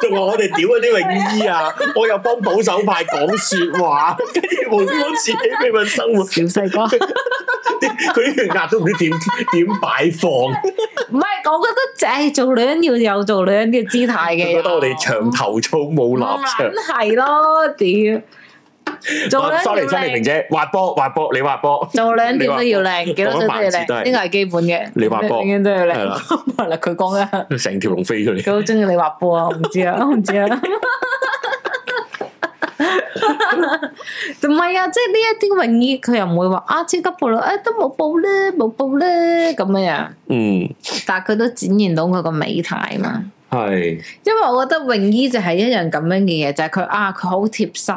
Speaker 1: 仲話我哋屌嗰啲泳衣啊，我又幫保守派講説話，跟住無端端自己秘密生活，
Speaker 2: 小西 瓜。
Speaker 1: 佢啲血壓都唔知點點擺放，
Speaker 2: 唔係，我覺得就係做女人要有做女人嘅姿態嘅。啊
Speaker 1: 覺得我哋長頭草冇立
Speaker 2: 真
Speaker 1: 場。
Speaker 2: 係咯，屌！做女
Speaker 1: 啊
Speaker 2: 人
Speaker 1: sorry，
Speaker 2: 要
Speaker 1: 新玲
Speaker 2: 靚
Speaker 1: 玲姐，滑波滑波，你滑波，
Speaker 2: 做兩點都要靚，幾多歲都要
Speaker 1: 講一萬次都
Speaker 2: 靚，
Speaker 1: 係
Speaker 2: 呢個係基本嘅。
Speaker 1: 你畫波
Speaker 2: 永遠都要靚
Speaker 1: 係啦。
Speaker 2: 係啦，佢講嘅，
Speaker 1: 成條龍飛出嚟。
Speaker 2: 佢好中意你畫波啊！我唔知啊，我唔知啊。唔係啊，即係呢一啲泳衣佢又唔會話啊超級暴露，啊都冇報咧，冇報咧咁樣樣，
Speaker 1: 嗯，
Speaker 2: 但係佢都展現到佢個美態嘛。
Speaker 1: 係
Speaker 2: 因為我覺得泳衣就係一樣咁樣嘅嘢，就係、佢啊，佢好貼身，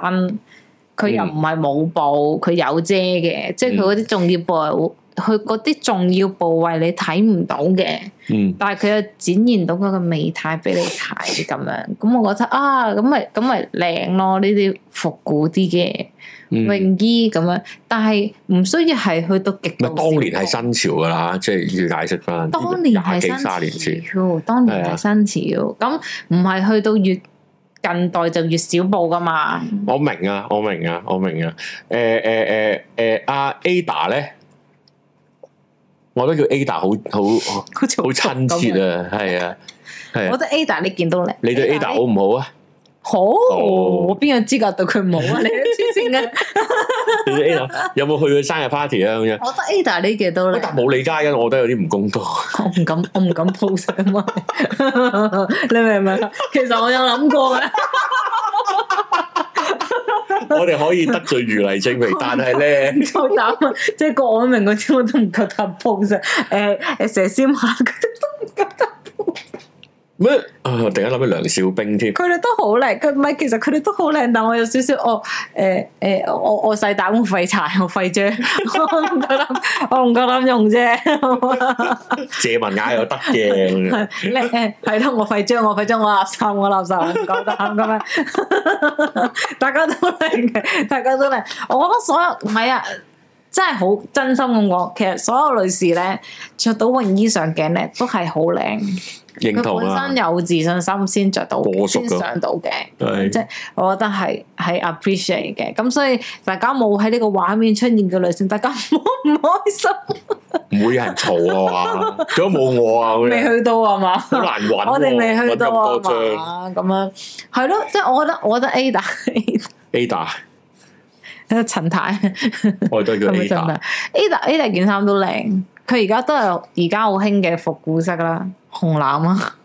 Speaker 2: 佢
Speaker 1: 嗯
Speaker 2: 又唔係冇布，佢有遮嘅，即係佢嗰啲重要部位，佢嗰啲重要部位你睇唔到嘅，
Speaker 1: 嗯
Speaker 2: 但係佢又展現到嗰個美態俾你睇咁樣，咁我覺得啊，咁咪咁咪靚咯，呢啲復古啲嘅
Speaker 1: 嗯，咪
Speaker 2: 泳衣咁樣，但係唔需要係去到極度少布。
Speaker 1: 當年係新潮㗎啦，即係要解釋翻。
Speaker 2: 當年係
Speaker 1: 廿幾
Speaker 2: 新
Speaker 1: 卅年前，啊
Speaker 2: 潮，當年係新潮，咁唔係去到越近代就越少布噶嘛？
Speaker 1: 我明啊，我明啊，我明啊。誒誒誒誒，阿 Ada 咧，我覺得叫 Ada 好好
Speaker 2: 好似
Speaker 1: 好親切！啊，係啊，係
Speaker 2: 我覺
Speaker 1: 啊。
Speaker 2: 得 Ada 你見到你，
Speaker 1: 你對 Ada 好唔好啊？
Speaker 2: 好，
Speaker 1: 哦
Speaker 2: 我邊有資格對佢冇 啊？你都黐線嘅，
Speaker 1: 你對 Ada 有冇去佢生日 party 啊？咁樣，
Speaker 2: 我覺得 Ada 你見到你
Speaker 1: 喂，但冇李嘉欣，我覺得有啲唔 公道。
Speaker 2: 我唔敢，我唔敢 post 咁啊！ 你明唔明？其實我有諗過嘅，
Speaker 1: 我哋可以得罪如黎正明，但係咧
Speaker 2: 唔，夠膽啊！即係郭安明嗰啲我都唔夠膽 post 啊！誒誒，佘詩曼嗰啲都唔夠膽。
Speaker 1: 咩？啊突然間諗起梁少冰 添。
Speaker 2: 佢哋都好靚，佢唔係其實佢哋都好靚，但我有少少我誒誒，我我細膽我廢柴，我廢啫， 我唔夠膽，我唔夠膽用啫。
Speaker 1: 謝文雅又得嘅咁樣，
Speaker 2: 靚誒係咯，我廢啫，我廢啫，我垃圾，我垃圾，我唔夠膽咁樣。 大家都靚嘅，大家都靚。我覺得所有唔係啊，真係好真心咁講，其實所有女士咧着到泳衣上鏡咧都係好靚。
Speaker 1: 認同
Speaker 2: 佢本
Speaker 1: 啊
Speaker 2: 身，有自信心先着到嘅，
Speaker 1: 我熟
Speaker 2: 先
Speaker 1: 㗎
Speaker 2: 上到嘅。
Speaker 1: 係
Speaker 2: 即係我覺得係係 appreciate 嘅。咁所以大家冇喺呢個畫面出現嘅女性，大家唔好唔 開心。
Speaker 1: 唔會有人嘈啊 嘛，仲有冇我啊咁
Speaker 2: 未
Speaker 1: 樣，
Speaker 2: 去到啊嘛？
Speaker 1: 好難揾喎。
Speaker 2: 我哋未去到啊
Speaker 1: 揾咁多張
Speaker 2: 嘛？咁樣係咯，即係我覺得我覺得 Ada
Speaker 1: Ada，
Speaker 2: 陳太
Speaker 1: 我哋都叫
Speaker 2: 係咪陳
Speaker 1: Ada。
Speaker 2: 太？Ada Ada 件衫都靚，佢而家都係而家好興嘅復古色啦，紅藍啊，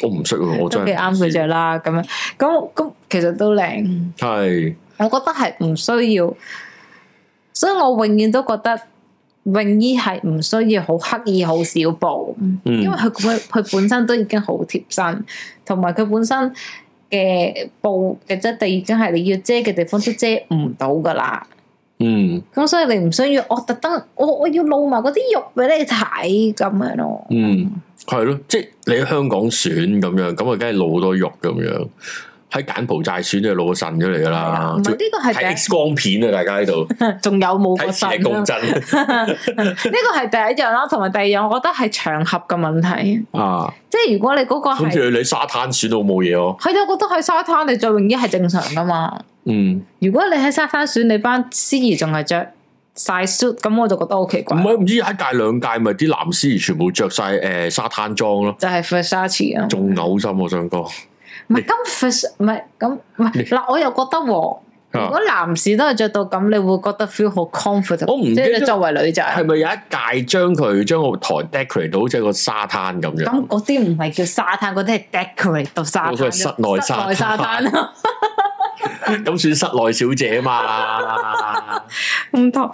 Speaker 1: 我唔識喎，我真
Speaker 2: 都幾
Speaker 1: 係
Speaker 2: 啱佢着啦。咁樣咁咁其實都靚。
Speaker 1: 係
Speaker 2: 我覺得係唔需要，所以我永遠都覺得泳衣係唔需要好刻意好少布，
Speaker 1: 嗯
Speaker 2: 因為佢佢佢本身都已經好貼身，同埋佢本身嘅布嘅質地已經係你要遮嘅地方都遮唔到噶啦。
Speaker 1: 嗯
Speaker 2: 咁所以你唔需要，我特登，我我要露埋嗰啲肉俾你睇咁樣咯。
Speaker 1: 嗯係咯，即係你喺香港選咁樣，咁啊梗係露好多肉咁樣。喺柬埔寨選就露咗腎出嚟噶
Speaker 2: 係啊
Speaker 1: 啦
Speaker 2: 唔，係呢個係
Speaker 1: 睇 X 光片啊！大家喺度
Speaker 2: 第一，仲 有冇個
Speaker 1: 睇磁力
Speaker 2: 腎啊
Speaker 1: 共振
Speaker 2: 呢個係第一樣啦，同埋第二樣，我覺得係場合嘅問題。
Speaker 1: 啊，
Speaker 2: 即係如果你嗰個
Speaker 1: 跟
Speaker 2: 係
Speaker 1: 住你喺沙灘選到冇嘢咯。
Speaker 2: 係啊，我覺得喺沙灘你着泳衣係正常噶嘛。
Speaker 1: 嗯，
Speaker 2: 如果你喺沙灘選你班司儀仲係着晒 suit，咁我就覺得好奇
Speaker 1: 唔
Speaker 2: 怪。
Speaker 1: 係唔知一屆兩屆咪啲男司儀全部着晒誒沙灘裝咯，
Speaker 2: 就係 Versace 啊，
Speaker 1: 仲嘔心我想講。
Speaker 2: 唔係咁 Vers 唔係咁
Speaker 1: 你
Speaker 2: 唔係嗱，我又覺得喎，如
Speaker 1: 啊
Speaker 2: 果男士都係着到咁，你會覺得 feel 好 comfortable。
Speaker 1: 我唔
Speaker 2: 即
Speaker 1: 記得
Speaker 2: 係你作為女
Speaker 1: 係
Speaker 2: 仔，
Speaker 1: 咪有一屆將佢將個台 decorate 到好似個沙灘咁樣？
Speaker 2: 咁嗰啲唔係叫沙灘，嗰啲係 decorate 到沙灘
Speaker 1: 嗰個
Speaker 2: 啫，
Speaker 1: 係室內沙灘
Speaker 2: 室沙灘
Speaker 1: 咁算室內小姐 嘛？
Speaker 2: 唔同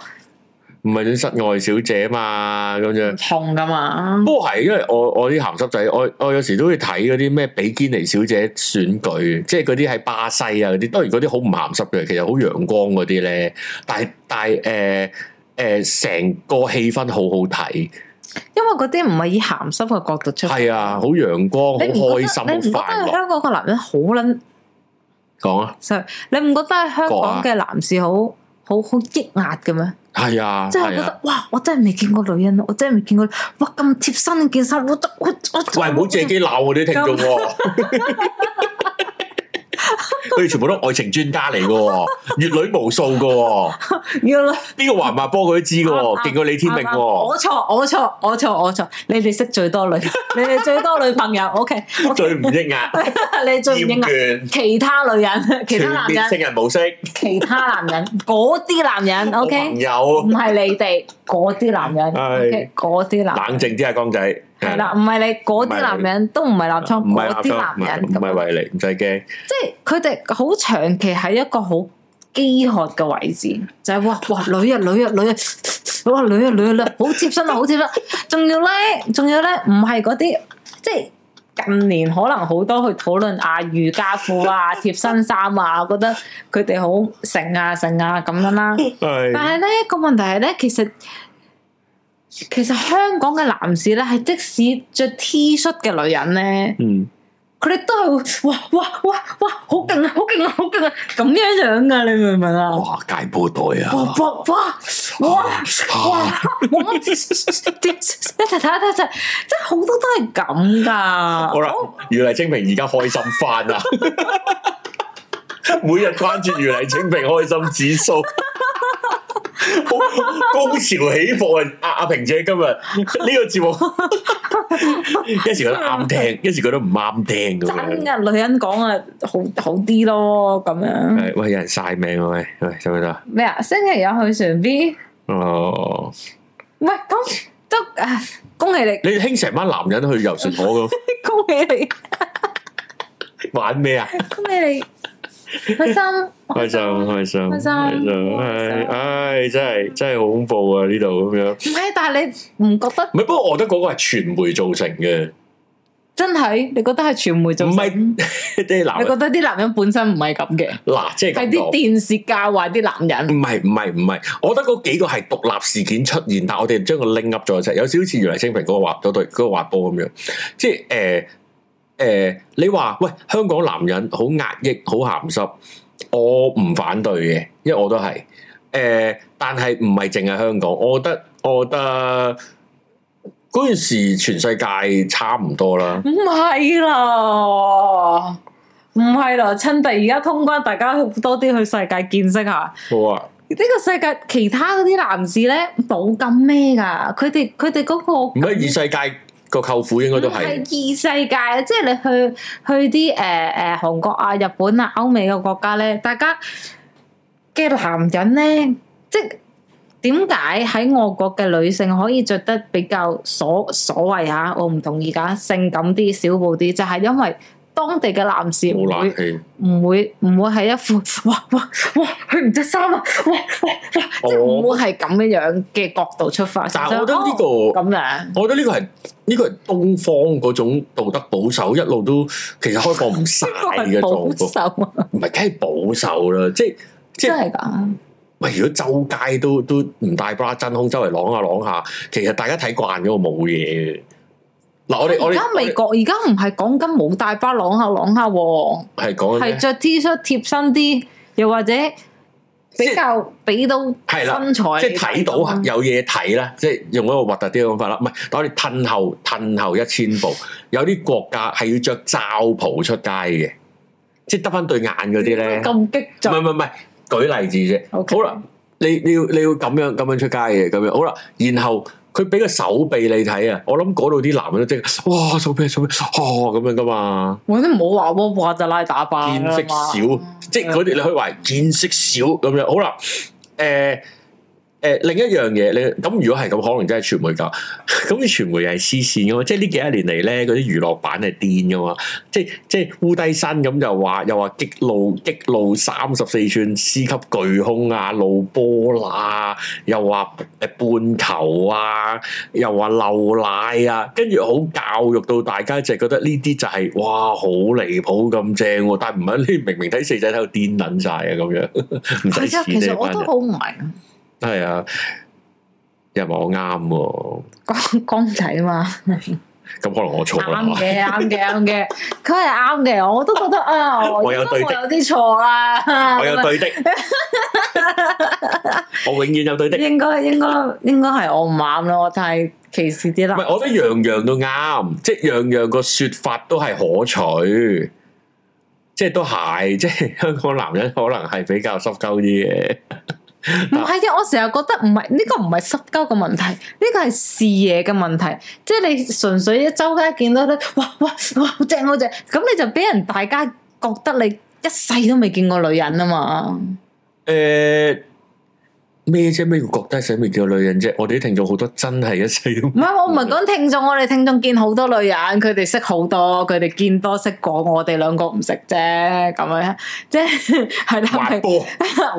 Speaker 1: 唔係算室外小姐嘛？咁樣。
Speaker 2: 痛噶嘛。
Speaker 1: 不過係，因為我我啲鹹濕仔，我我有時都會睇嗰啲咩比堅尼小姐選舉，即係嗰啲喺巴西啊嗰啲，當然嗰啲好唔鹹濕嘅，其實好陽光嗰啲咧，但係但係誒誒，成、個氣氛好好睇，
Speaker 2: 因為嗰啲唔係以鹹濕嘅角度出發，
Speaker 1: 係啊， 好陽光，好
Speaker 2: 你唔
Speaker 1: 開
Speaker 2: 覺
Speaker 1: 心，
Speaker 2: 得你唔覺
Speaker 1: 好快
Speaker 2: 得
Speaker 1: 樂。
Speaker 2: 香港個男人好撚？
Speaker 1: 講啊，
Speaker 2: 所以你唔覺得喺香港嘅男士好好好抑壓嘅咩？
Speaker 1: 係啊啊，
Speaker 2: 即係我覺
Speaker 1: 係啊。
Speaker 2: 得哇！我真係未見過女人，我真係未見過，哇咁貼身件衫，我得我我
Speaker 1: 喂，唔好借機鬧我哋啲聽眾喎， 佢哋全部都愛情專家嚟嘅 喎，閱女無數嘅喎，
Speaker 2: 要啦，
Speaker 1: 邊個話麻波佢都知嘅
Speaker 2: 啱
Speaker 1: 喎，
Speaker 2: 啱
Speaker 1: 勁過李天命
Speaker 2: 啱啱
Speaker 1: 喎，
Speaker 2: 我錯，我錯，我錯，我錯！你哋識最 多女，你哋最多女朋友，OK，
Speaker 1: 最唔抑壓，
Speaker 2: 你最
Speaker 1: 厭
Speaker 2: 唔應啊！
Speaker 1: 倦，
Speaker 2: 其他女人，其他
Speaker 1: 全
Speaker 2: 男
Speaker 1: 面
Speaker 2: 人，
Speaker 1: 聖人模式
Speaker 2: 其他男人，嗰啲男人
Speaker 1: 我朋
Speaker 2: ，OK，嗯
Speaker 1: 友
Speaker 2: 唔係你哋嗰啲男人
Speaker 1: 係
Speaker 2: ，OK，嗰啲男人
Speaker 1: 冷靜啲啊，江仔，
Speaker 2: 係啦，唔係你嗰啲男人都唔係立倉，
Speaker 1: 唔係
Speaker 2: 嗰
Speaker 1: 立
Speaker 2: 啲
Speaker 1: 場，
Speaker 2: 男
Speaker 1: 唔係
Speaker 2: 人
Speaker 1: 唔係
Speaker 2: 咁樣，
Speaker 1: 為你，唔使驚，
Speaker 2: 即係佢哋好長期喺一個好飢渴嘅位置，就係、哇哇女啊女啊女啊， 哇女啊女啊女啊，好貼身啊好貼身，仲要咧仲要咧唔係嗰啲即係。近年可能好多去討論啊瑜伽褲啊、貼身衫啊，覺得佢哋好成啊成啊咁樣啦。但
Speaker 1: 係
Speaker 2: 係咧個問題係咧，其實其實香港嘅男士咧，係即使着 T 恤嘅女人咧，
Speaker 1: 嗯，
Speaker 2: 佢哋都係會哇哇哇哇好勁啊，好勁啊，好勁啊，咁樣樣噶，你明唔明啊？
Speaker 1: 哇戒波袋
Speaker 2: 哇
Speaker 1: 啊，
Speaker 2: 哇哇哇哇！我我一齊睇一睇一齊，即係好多都係咁噶。
Speaker 1: 好啦，如麗清平而家開心翻啦， 每日關注如麗清平開心指數。好高潮起伏啊！阿阿平姐今日呢個節目， 一時覺得啱聽，一時覺得唔啱聽咁樣
Speaker 2: 真。噶，女人講啊，好好啲咯，咁樣
Speaker 1: 係喂，有人晒命啊！喂喂，得唔得啊？
Speaker 2: 咩啊？星期日去船 B，
Speaker 1: 哦，
Speaker 2: 喂，咁都啊，恭喜你，
Speaker 1: 你興成班男人去游船河咁
Speaker 2: 恭喜你，
Speaker 1: 玩咩啊？
Speaker 2: 恭喜你，開心，
Speaker 1: 開心，開心，
Speaker 2: 開心
Speaker 1: 開心，唉唉，真係真係好恐怖啊！呢度咁樣，
Speaker 2: 唔係，但係你唔覺得
Speaker 1: 唔係，不過我覺得嗰個係傳媒造成嘅，
Speaker 2: 真係？你覺得係傳媒做？
Speaker 1: 唔係 啲男
Speaker 2: 你覺
Speaker 1: 人
Speaker 2: 得啲男人本身唔係咁嘅，
Speaker 1: 嗱，即係
Speaker 2: 係
Speaker 1: 咁
Speaker 2: 啲
Speaker 1: 講。
Speaker 2: 電視教壞啲男
Speaker 1: 唔
Speaker 2: 人。
Speaker 1: 係唔係唔係，我覺得嗰幾個係獨立事件出現，但我哋將佢拎 up 咗一齊，有少少似原嚟清平嗰個滑嗰對嗰個滑波咁樣，即係誒誒，你話喂香港男人好壓抑，好鹹濕，我唔反對嘅，因為我都係誒、但係唔係淨係香港，我覺得我覺得嗰陣時全世界差唔多啦。
Speaker 2: 唔係啦，唔係啦，趁第而家通關，大家多啲去世界見識下。
Speaker 1: 好啊，
Speaker 2: 呢個世界其他嗰啲男士咧冇咁咩㗎，佢哋佢哋嗰個
Speaker 1: 唔係異世界個舅父應該都
Speaker 2: 係
Speaker 1: 係
Speaker 2: 異世界啊！即係你去去啲誒誒韓國啊、日本啊、歐美嘅國家咧，大家嘅男人咧，即係點解喺我國嘅女性可以着得比較所所謂嚇？我唔同意㗎，性感啲、少布啲，就係、因為當地嘅男士唔
Speaker 1: 冇
Speaker 2: 會
Speaker 1: 冷氣，
Speaker 2: 唔會唔會係一副 哇哇哇佢唔着衫啊哇哇哇，即係唔會係咁樣樣嘅角度出發。
Speaker 1: 哦但係我覺得呢個
Speaker 2: 哦咁樣。
Speaker 1: 我覺得呢個係呢個係東方嗰種道德保守，一路都其實開放唔晒 嘅狀況，
Speaker 2: 保守啊，
Speaker 1: 唔係梗係保守啦，即係即
Speaker 2: 真
Speaker 1: 係
Speaker 2: 係噶，
Speaker 1: 喂，如果周街都都唔戴 bra 真空周圍啷下啷下，其實大家睇慣咗我冇嘢嘅。嗱，我哋我
Speaker 2: 而
Speaker 1: 哋
Speaker 2: 家美國而家唔係講緊冇大巴啷下啷下喎，
Speaker 1: 我哋係講緊咩
Speaker 2: 係着 T 恤貼身啲，又或者比較俾到
Speaker 1: 係啦
Speaker 2: 身材，
Speaker 1: 即係睇到
Speaker 2: 啊，
Speaker 1: 有嘢睇啦，即係用一個核突啲嘅講法啦。唔係，但我哋褪後褪後一千步，有啲國家係要着罩袍出街嘅，即係得翻對眼嗰啲咧。
Speaker 2: 嗯咁激
Speaker 1: 唔係
Speaker 2: 進，
Speaker 1: 唔係唔係，舉例子啫。
Speaker 2: OK
Speaker 1: 好啦，你你要你要咁樣咁樣出街嘅咁樣，好啦，然後佢俾個手臂你睇啊，我諗嗰度啲男人都即係哇手臂手臂哦咁樣噶嘛，
Speaker 2: 我都唔好話喎，哇就拉打巴啊
Speaker 1: 見識少，即係嗰啲你可以話見識少咁樣。好啦，誒、誒、另一樣嘢，你咁如果係咁，可能真係傳媒教， 咁啲傳媒係黐線噶嘛，即係呢幾一年嚟咧，嗰啲娛樂版係癲噶嘛，即係即係烏低身咁就話又話激怒激怒三十四寸 C 級巨胸啊，露波罅啊，又話呃誒半球啊，又話漏奶啊，跟住好教育到大家，就係覺得呢啲就係、哇好離譜咁正喎、但係唔係你明明睇四仔睇到癲撚晒啊咁樣，唔使
Speaker 2: 係啊，
Speaker 1: 錢呢
Speaker 2: 其實我
Speaker 1: 班
Speaker 2: 都
Speaker 1: 人。
Speaker 2: 好唔明，
Speaker 1: 係啊，有人話我啱喎，
Speaker 2: 江江仔嘛。
Speaker 1: 咁可能我錯啦
Speaker 2: 啱。嘅，啱嘅，啱嘅，佢係啱嘅，我都覺得啊，
Speaker 1: 我
Speaker 2: 我
Speaker 1: 有
Speaker 2: 應
Speaker 1: 對
Speaker 2: 該
Speaker 1: 的
Speaker 2: 我有啲錯啦，
Speaker 1: 我有 對的，我永遠有對的。
Speaker 2: 應該應該應該係我唔啱咯，我太歧視啲
Speaker 1: 唔
Speaker 2: 啦。
Speaker 1: 係，我覺得樣樣都啱，即係樣樣個説法都係可取，即係都係， 即係香港男人可能係比較濕鳩啲嘅。
Speaker 2: 唔係啊，我成日覺得唔係呢個唔係濕鳩嘅問題，呢個係視野嘅問題，即係你純粹一周街見到咧，哇哇哇好正好正，咁你就俾人大家覺得你一世都未見過女人啊嘛。
Speaker 1: 誒、咩啫？咩叫覺得一世未見過女人啫？我哋啲聽眾好多真係一世都
Speaker 2: 唔係，我唔係講聽眾，我哋聽眾見好多女人，佢哋識好多，佢哋見多識講，我哋兩個唔識啫，咁樣即係係啦，
Speaker 1: 滑
Speaker 2: 明
Speaker 1: 波，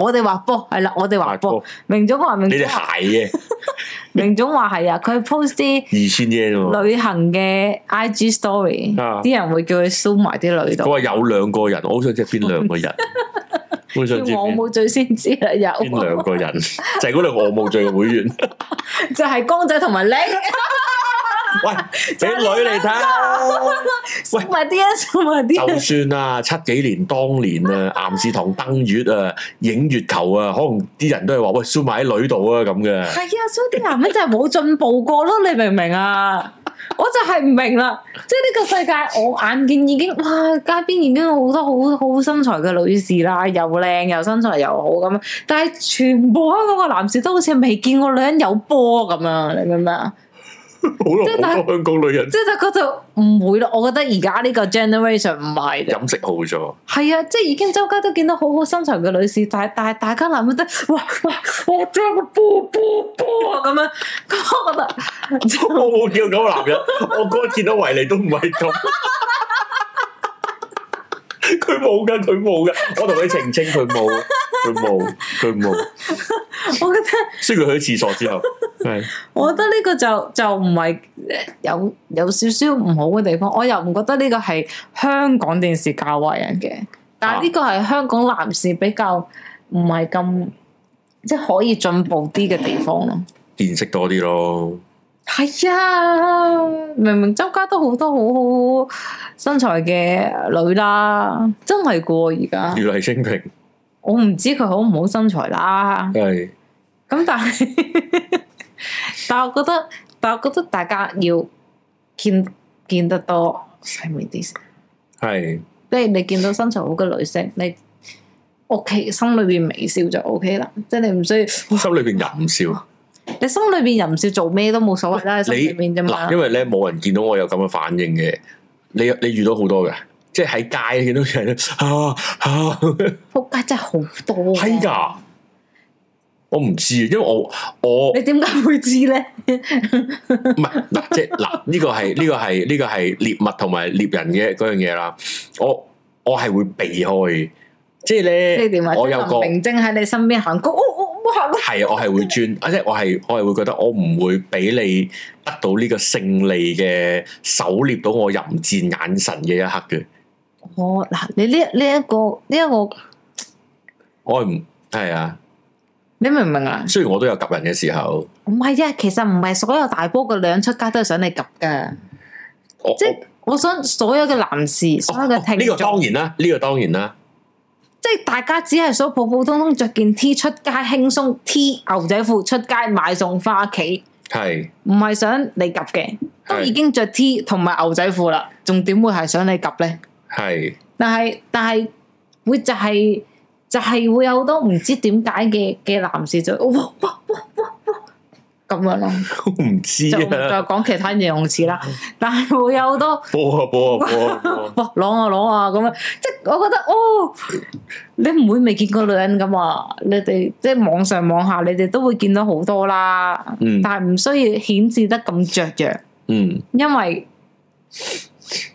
Speaker 2: 我哋話波係啦，我哋話
Speaker 1: 滑
Speaker 2: 波
Speaker 1: 波。
Speaker 2: 明總話明
Speaker 1: 你哋
Speaker 2: 總話
Speaker 1: 鞋嘅
Speaker 2: 明總話係啊，佢 post 啲
Speaker 1: 二千啫喎。
Speaker 2: 旅行嘅 IG story，
Speaker 1: 哦啊
Speaker 2: 啲人會叫佢 show 埋啲女
Speaker 1: 佢
Speaker 2: 度。
Speaker 1: 話有兩個人，我好想知係邊兩個 人，好想知
Speaker 2: 叫我
Speaker 1: 邊
Speaker 2: 冇罪先知啦，有
Speaker 1: 邊兩個人，就係嗰兩個我冇罪嘅會員。
Speaker 2: 就係光仔同埋你，
Speaker 1: 喂，俾女嚟睇。喂
Speaker 2: show 埋啲啊，show 埋啲
Speaker 1: 就
Speaker 2: 啊，
Speaker 1: 算啊，七幾年當年啊，岩士堂登月啊，影月球啊，可能啲人都係話喂，燒埋喺女度啊咁嘅。
Speaker 2: 係啊，所以啲男人就係冇進步過咯，你明唔明啊？我就係唔明啦，即係呢個世界，我眼見已經哇，街邊已經有好多好好身材嘅女士啦，又靚又身材又好咁樣，但係全部香港嘅男士都好似未見過女人有波咁啊！你明唔明啊？即
Speaker 1: 好
Speaker 2: 係
Speaker 1: 耐
Speaker 2: 但
Speaker 1: 好多香港女人
Speaker 2: 即係就覺得唔會咯，我覺得而家呢個 generation 唔係嘅。
Speaker 1: 飲食好咗，
Speaker 2: 係啊，即係已經周街都見到好好身材嘅女士，但係但係大家男人都哇哇，我將個波波波啊咁樣，咁我覺得
Speaker 1: 我冇見過咁嘅男人，我哥見到維尼都唔係咁。 佢冇噶，佢冇噶，我同佢澄清，佢冇，佢冇，佢冇。
Speaker 2: 我覺得
Speaker 1: 雖然佢去咗廁所之後，係
Speaker 2: 我覺得呢個就就唔係有有少少唔好嘅地方，我又唔覺得呢個係香港電視教壞人嘅，但係呢個係香港男士比較唔係咁即係可以進步啲嘅地方咯。
Speaker 1: 見識多啲咯。
Speaker 2: 係啊，明明周街都好多好好身材嘅女啦，真係噶而家，
Speaker 1: 如嚟清平
Speaker 2: 我唔知佢好唔好身材啦。
Speaker 1: 係
Speaker 2: 咁但係， 但係我覺得，但係我覺得大家要見見得多細面啲先，
Speaker 1: 係
Speaker 2: 即係你見到身材好嘅女性，你 O K，心裏邊微笑就 O K 啦，即係你唔需要，
Speaker 1: 心裏邊淫笑。
Speaker 2: 你心裏邊淫笑做咩都冇所謂啦，你心裏邊啫嘛
Speaker 1: 嗱，因。為咧冇人見到我有咁嘅反應嘅，你你遇到好多嘅，即係喺街見到人啊啊，
Speaker 2: 仆街真係好多啊，
Speaker 1: 係㗎，我唔知，啊因為我我
Speaker 2: 你點解會知咧？
Speaker 1: 唔係嗱，即係嗱呢個係呢個係呢個係獵物同埋獵人嘅嗰樣嘢啦，我我係會避開，即係
Speaker 2: 即係點啊
Speaker 1: 咧？我有
Speaker 2: 即係
Speaker 1: 個。哦
Speaker 2: 林明晶喺你身邊行過，我我我行過，
Speaker 1: 係，我係會專，啊即係我係我係會覺得我唔會俾你得到呢個勝利嘅狩獵到我淫賤眼神嘅一刻嘅，
Speaker 2: 我哦嗱你呢呢一個呢一個，
Speaker 1: 我係唔係啊？
Speaker 2: 你明唔明啊？
Speaker 1: 雖然我都有及人嘅時候，
Speaker 2: 唔係啊，其實唔係所有大波嘅女人出街都係想你及噶，
Speaker 1: 我
Speaker 2: 即係我想所有嘅男士，所有
Speaker 1: 我
Speaker 2: 嘅聽
Speaker 1: 哦呢個
Speaker 2: 眾，
Speaker 1: 當然啦，呢個當然啦，
Speaker 2: 即係大家只係想普普通通着件 T 出街，輕鬆 T 牛仔褲出街買餸翻屋企，
Speaker 1: 係
Speaker 2: 唔係想你及嘅，都
Speaker 1: 係
Speaker 2: 已經着 T 同埋牛仔褲啦，仲點會係想你及咧？
Speaker 1: 係
Speaker 2: 但係但係會就係、就係、會有好多唔知點解嘅嘅男士就哇哇哇哇哇咁樣咯，
Speaker 1: 我唔知
Speaker 2: 就唔
Speaker 1: 啊，
Speaker 2: 再講其他形容詞啦。 但係會有好多
Speaker 1: 波啊波啊波啊波啊，
Speaker 2: 哇攞啊攞啊咁樣，即係我覺得哦，你唔會未見過女人噶嘛？你哋即係網上網下，你哋都會見到好多啦。
Speaker 1: 嗯
Speaker 2: 但係唔需要顯示得咁雀躍，
Speaker 1: 嗯
Speaker 2: 因為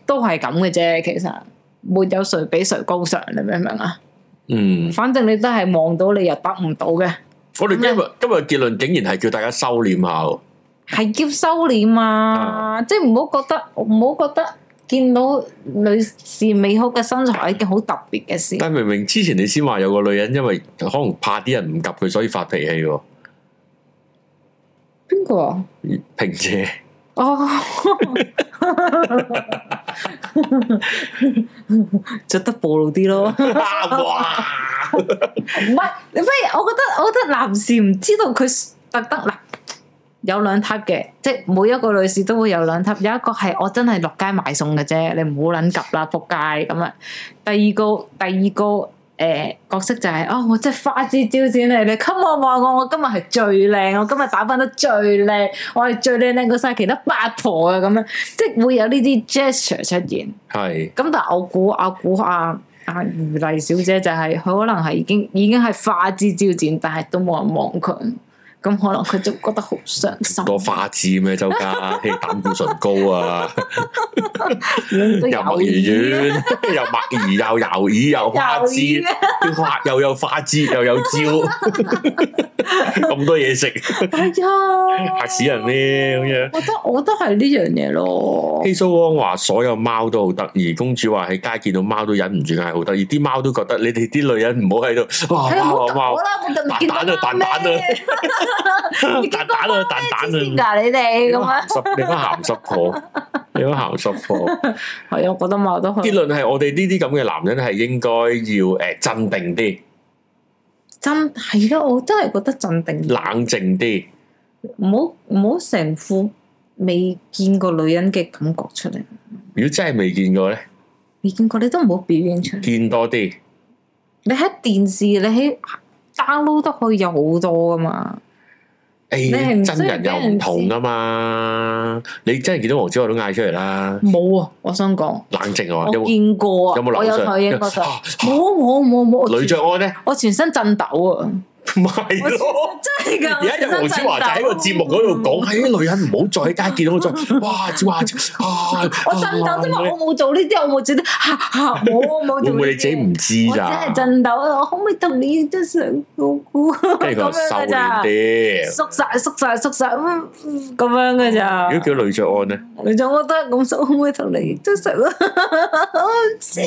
Speaker 2: 都係咁嘅啫。其實沒有誰比誰高尚，你明唔明啊？
Speaker 1: 嗯，
Speaker 2: 反正你都係望到你又得唔到嘅，
Speaker 1: 我哋
Speaker 2: 啊
Speaker 1: 今日今日結論竟然係叫大家收斂下喎，
Speaker 2: 係要收斂啊！即係唔好覺得，唔好覺得見到女士美好嘅身材係一件好特別嘅事。
Speaker 1: 但係明明之前你先話有個女人因為可能怕啲人唔及佢，所以發脾氣喎，
Speaker 2: 邊個啊？
Speaker 1: 平姐。
Speaker 2: 哦， 着得暴露啲咯。
Speaker 1: 哇！
Speaker 2: 唔係，你不如我覺得，我覺得男士唔知道佢特登嗱，有兩 type 嘅，即係每一個女士都會有兩 type，有一個係我真係落街買餸嘅啫，你唔好撚及啦，仆街咁啊。第二個，第二個誒、呃角色就係、哦，我真係花枝招展嚟，你 come on 望我，我今日係最靚，我今日打扮得最靚，我係最靚靚過晒其他八婆啊咁樣，即係會有呢啲 gesture 出現。
Speaker 1: 係
Speaker 2: 咁但係我估我估啊，阿如麗小姐就係、佢可能係已經已經係花枝招展，但係都冇人望佢，咁可能佢就覺得好傷心。
Speaker 1: 個花枝咩周家，嘿膽固醇高啊，
Speaker 2: 你 都
Speaker 1: 又墨
Speaker 2: 有啊
Speaker 1: 魚
Speaker 2: 意
Speaker 1: 丸，又墨魚又油魚又花
Speaker 2: 有
Speaker 1: 枝
Speaker 2: 意，
Speaker 1: 啲花又有花枝又 有椒，咁多嘢食，
Speaker 2: 係啊，
Speaker 1: 嚇死人咩咁樣？
Speaker 2: 我覺得我覺得係呢樣嘢咯，
Speaker 1: 希蘇汪話所有貓都好得意，公主話喺街見到貓都忍唔住嗌好得意，啲貓都覺得你哋啲女人唔好喺度，哇
Speaker 2: 係啊，
Speaker 1: 貓
Speaker 2: 好
Speaker 1: 啊
Speaker 2: 好
Speaker 1: 貓，
Speaker 2: 啦，我就唔見到
Speaker 1: 蛋蛋啊蛋
Speaker 2: 啦
Speaker 1: 蛋啊
Speaker 2: 咩你見
Speaker 1: 蛋
Speaker 2: 到
Speaker 1: 蛋啊蛋
Speaker 2: 黐線
Speaker 1: 蛋啊，
Speaker 2: 㗎你哋咁
Speaker 1: 鹹
Speaker 2: 樣，
Speaker 1: 濕你班鹹濕婆，你班鹹濕 婆。
Speaker 2: 係啊，我覺得貓都係
Speaker 1: 結論係我哋呢啲咁嘅男人係應該要誒鎮定啲、
Speaker 2: 真係啊，我真係覺得鎮定啲
Speaker 1: 冷靜啲，
Speaker 2: 唔好唔好成副未見過女人嘅感覺出嚟，
Speaker 1: 如果真係未見過咧，
Speaker 2: 未見過你都唔好表現出嚟。
Speaker 1: 見多啲。
Speaker 2: 你喺電視，你喺 download 都可以有好多噶嘛。
Speaker 1: 誒、
Speaker 2: 你係唔需要
Speaker 1: 哎真人又唔同噶嘛，你真係見到黃子華都嗌出嚟啦，
Speaker 2: 冇啊，我想講，
Speaker 1: 冷靜啊！
Speaker 2: 我
Speaker 1: 有冇
Speaker 2: 見過啊，
Speaker 1: 有冇
Speaker 2: 我
Speaker 1: 流
Speaker 2: 有
Speaker 1: 上
Speaker 2: 睇影過相，
Speaker 1: 啊
Speaker 2: 冇冇冇冇，我全
Speaker 1: 女着安咧，
Speaker 2: 我全身震抖 啊！
Speaker 1: 咪係 咯。
Speaker 2: 我全身真係㗎，
Speaker 1: 而家有黃子華就喺個節目嗰度
Speaker 2: 嗯
Speaker 1: 講，係啲女人唔好再喺街見到 我再，哇！子華啊，
Speaker 2: 我震抖啫嘛，我冇做呢啲，我冇做啲，嚇嚇我冇
Speaker 1: 會
Speaker 2: 做。
Speaker 1: 唔會你自己？唔知
Speaker 2: 我只
Speaker 1: 咋？
Speaker 2: 係震抖啊！我可唔可以同你都想高估
Speaker 1: 跟住佢話
Speaker 2: 咁
Speaker 1: 收
Speaker 2: 樣㗎
Speaker 1: 斂
Speaker 2: 咋？
Speaker 1: 啲。
Speaker 2: 縮晒縮晒縮晒嗯嗯咁樣嘅咋？
Speaker 1: 如果叫女着安咧？
Speaker 2: 你仲覺得咁熟可唔可以同你都熟啊？我唔知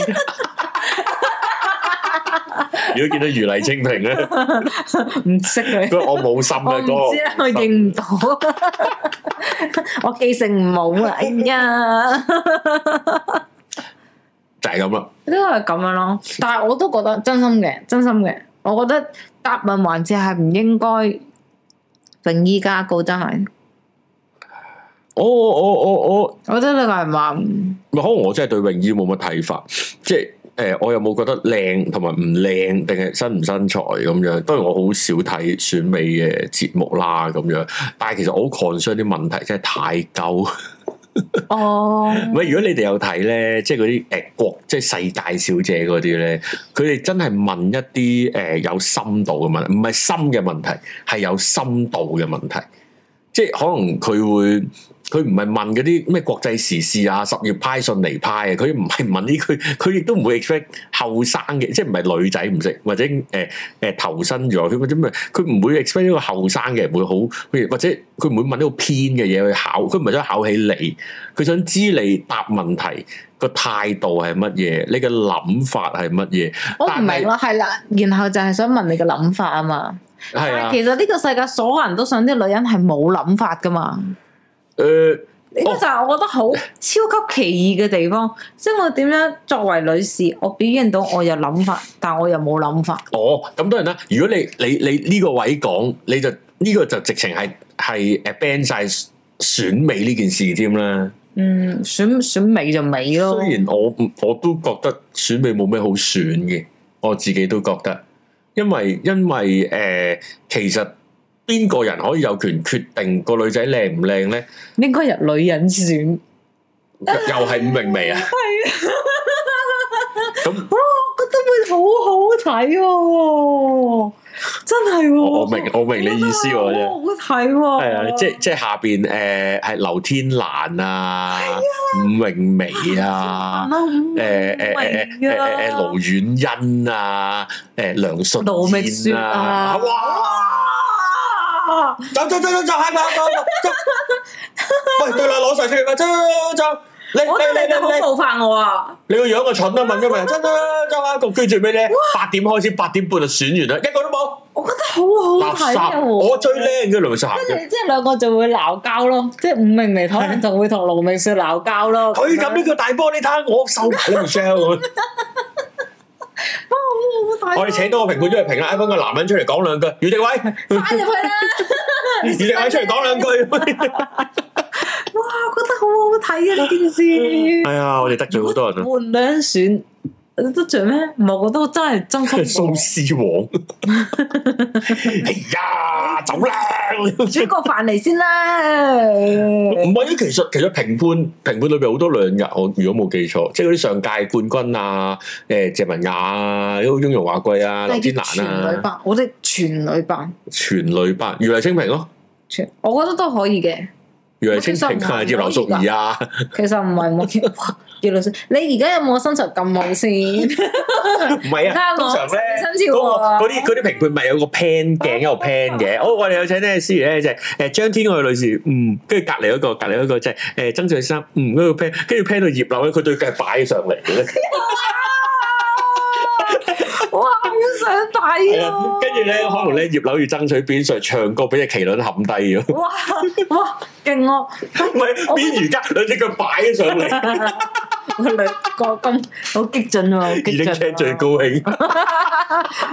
Speaker 1: 如果見到如麗清 平咧，
Speaker 2: 唔識佢，
Speaker 1: 佢話我冇心
Speaker 2: 我
Speaker 1: 嘅
Speaker 2: 唔
Speaker 1: 嗰
Speaker 2: 知啊
Speaker 1: 個
Speaker 2: 啦，我認唔到， 我記性唔好啊！哎呀，
Speaker 1: 就係咁啦。
Speaker 2: 呢個係咁樣咯。但係我都覺得真心嘅，真心嘅，我覺得答問環節係唔應該泳衣加高，真係，
Speaker 1: 我我我我
Speaker 2: 我覺得呢個係唔啱。
Speaker 1: 可能我真係對泳衣冇乜睇法，即係誒、呃我又冇覺得靚同埋唔靚，定係身唔身材咁樣。當然我好少睇選美嘅節目啦，咁樣。但係其實我好 concern 啲問題真係太鳩。
Speaker 2: 哦，
Speaker 1: 喂，如果你哋有睇咧，即係嗰啲誒呃國，即係世界小姐嗰啲咧，佢哋真係問一啲誒、呃有深度嘅問題，唔係深嘅問題，係有深度嘅問題。即係可能佢會，佢唔係問嗰啲咩國際時事啊、十月派、遜尼派啊，佢唔係問呢，佢佢亦都唔會 expect 後生嘅，即係唔係女仔唔識，或者誒誒、呃投身咗，佢或者咩，佢唔會 expect 一個後生嘅人會好，或者佢唔會問呢個偏嘅嘢去考，佢唔係想考起你，佢想知你答問題個態度係乜嘢，你嘅諗法係乜嘢，
Speaker 2: 我唔
Speaker 1: 但係
Speaker 2: 明啦，係啦，然後就係想問你嘅諗法啊嘛。
Speaker 1: 係
Speaker 2: 但
Speaker 1: 啊
Speaker 2: 係，其實呢個世界所有人都想啲女人係冇諗法噶嘛，呢
Speaker 1: 誒
Speaker 2: 個就係我覺得好超級奇異嘅地方。即係我點樣作為女士，我表現到我有諗法，但我又冇諗法。
Speaker 1: 哦，咁當然啦。如果你你你呢個位講，你就呢、個就直情係係誒 ban 晒選美呢件事添啦。
Speaker 2: 嗯，選選美就美咯。
Speaker 1: 雖然我唔我都覺得選美冇咩好選嘅，我自己都覺得，因為因為誒、呃其實邊個人可以有權決定個女仔靚唔靚咧？
Speaker 2: 應該由女人選。
Speaker 1: 又又係五泳眉啊！
Speaker 2: 係啊，
Speaker 1: 咁
Speaker 2: 哇我覺得會好好睇喎，真係喎。
Speaker 1: 我我明我明你意思喎
Speaker 2: 我覺得好好睇喎。
Speaker 1: 係啊，即即係下邊誒係劉天蘭啊、伍詠薇啊。誒誒誒誒誒誒誒盧遠欣啊，誒梁淑
Speaker 2: 盧覓雪
Speaker 1: 燕
Speaker 2: 啊，
Speaker 1: 哇！
Speaker 2: 哇！
Speaker 1: 走走走走走，係咪？走走喂，對啦，攞晒出嚟啦，走走走，你
Speaker 2: 我覺得你哋
Speaker 1: 你你
Speaker 2: 好冒犯我啊！
Speaker 1: 你個樣個蠢啊，問咗咪？走走走啊，咁跟住最尾咧，八點開始，八點半就選完啦，一個都冇，
Speaker 2: 我覺得好
Speaker 1: 垃
Speaker 2: 好睇啊！
Speaker 1: 圾！我最靚嘅梁淑嫻
Speaker 2: 跟
Speaker 1: 嘅，
Speaker 2: 住即係兩個就會鬧交咯，即係伍明嚟可能就會同盧明雪鬧交咯。
Speaker 1: 佢咁呢個大波，你睇下我瘦埋啦，Michelle 咁。
Speaker 2: 哇，好好睇啊！
Speaker 1: 我哋請多個評判出嚟評啦，揾個男人出嚟講兩句，余迪 偉，
Speaker 2: 翻入去 啦！
Speaker 1: 余迪偉出嚟講兩句。
Speaker 2: 哇，我覺得好好睇啊！呢件事
Speaker 1: 哎呀，我哋得罪好多人啊！
Speaker 2: 換兩選，得罪咩？唔係，我覺得真係真心
Speaker 1: 蘇絲 王，哎呀，走啦！
Speaker 2: 煮個飯嚟 先啦。
Speaker 1: 唔係啊，其實其實評判評判裏邊好多兩日，我如果冇記錯，即係嗰啲上屆冠軍啊，誒、謝文雅啊，雍容華貴啊，劉
Speaker 2: 但係
Speaker 1: 天
Speaker 2: 叫
Speaker 1: 蘭
Speaker 2: 全女
Speaker 1: 啊，
Speaker 2: 班，我哋全女班，
Speaker 1: 全女班，如嚟清平咯，
Speaker 2: 全我覺得都可以嘅。
Speaker 1: 如嚟清平啊，葉
Speaker 2: 我其實唔係
Speaker 1: 劉淑儀啊，
Speaker 2: 其實唔係我見， 哇！葉老師，你而家有冇身材咁好先？
Speaker 1: 唔係
Speaker 2: 睇下
Speaker 1: 啊，
Speaker 2: 我
Speaker 1: 通常咧
Speaker 2: 新
Speaker 1: 嗰
Speaker 2: 潮啊哦
Speaker 1: 個嗰啲嗰啲評判咪有個 pan 鏡有個 pan 嘅，好，我哋有請呢思如咧就係誒張天愛女士，嗯，跟住隔離嗰個隔離嗰個就係誒曾俊生，嗯，跟住 pan 跟住 pan 到葉劉咧，佢對腳係擺上嚟嘅 咧。
Speaker 2: 哇！好想
Speaker 1: 系
Speaker 2: 睇
Speaker 1: 啦
Speaker 2: 啊，！
Speaker 1: 跟住咧，可能咧葉柳要爭取邊上唱歌，俾只麒麟冚低咗，
Speaker 2: 哇哇勁哦！
Speaker 1: 唔係邊瑜伽兩隻腳擺咗上 嚟，
Speaker 2: 我兩個咁好激進喎，好
Speaker 1: 已
Speaker 2: 激
Speaker 1: 經
Speaker 2: 進
Speaker 1: check 最
Speaker 2: 喎，
Speaker 1: 高興。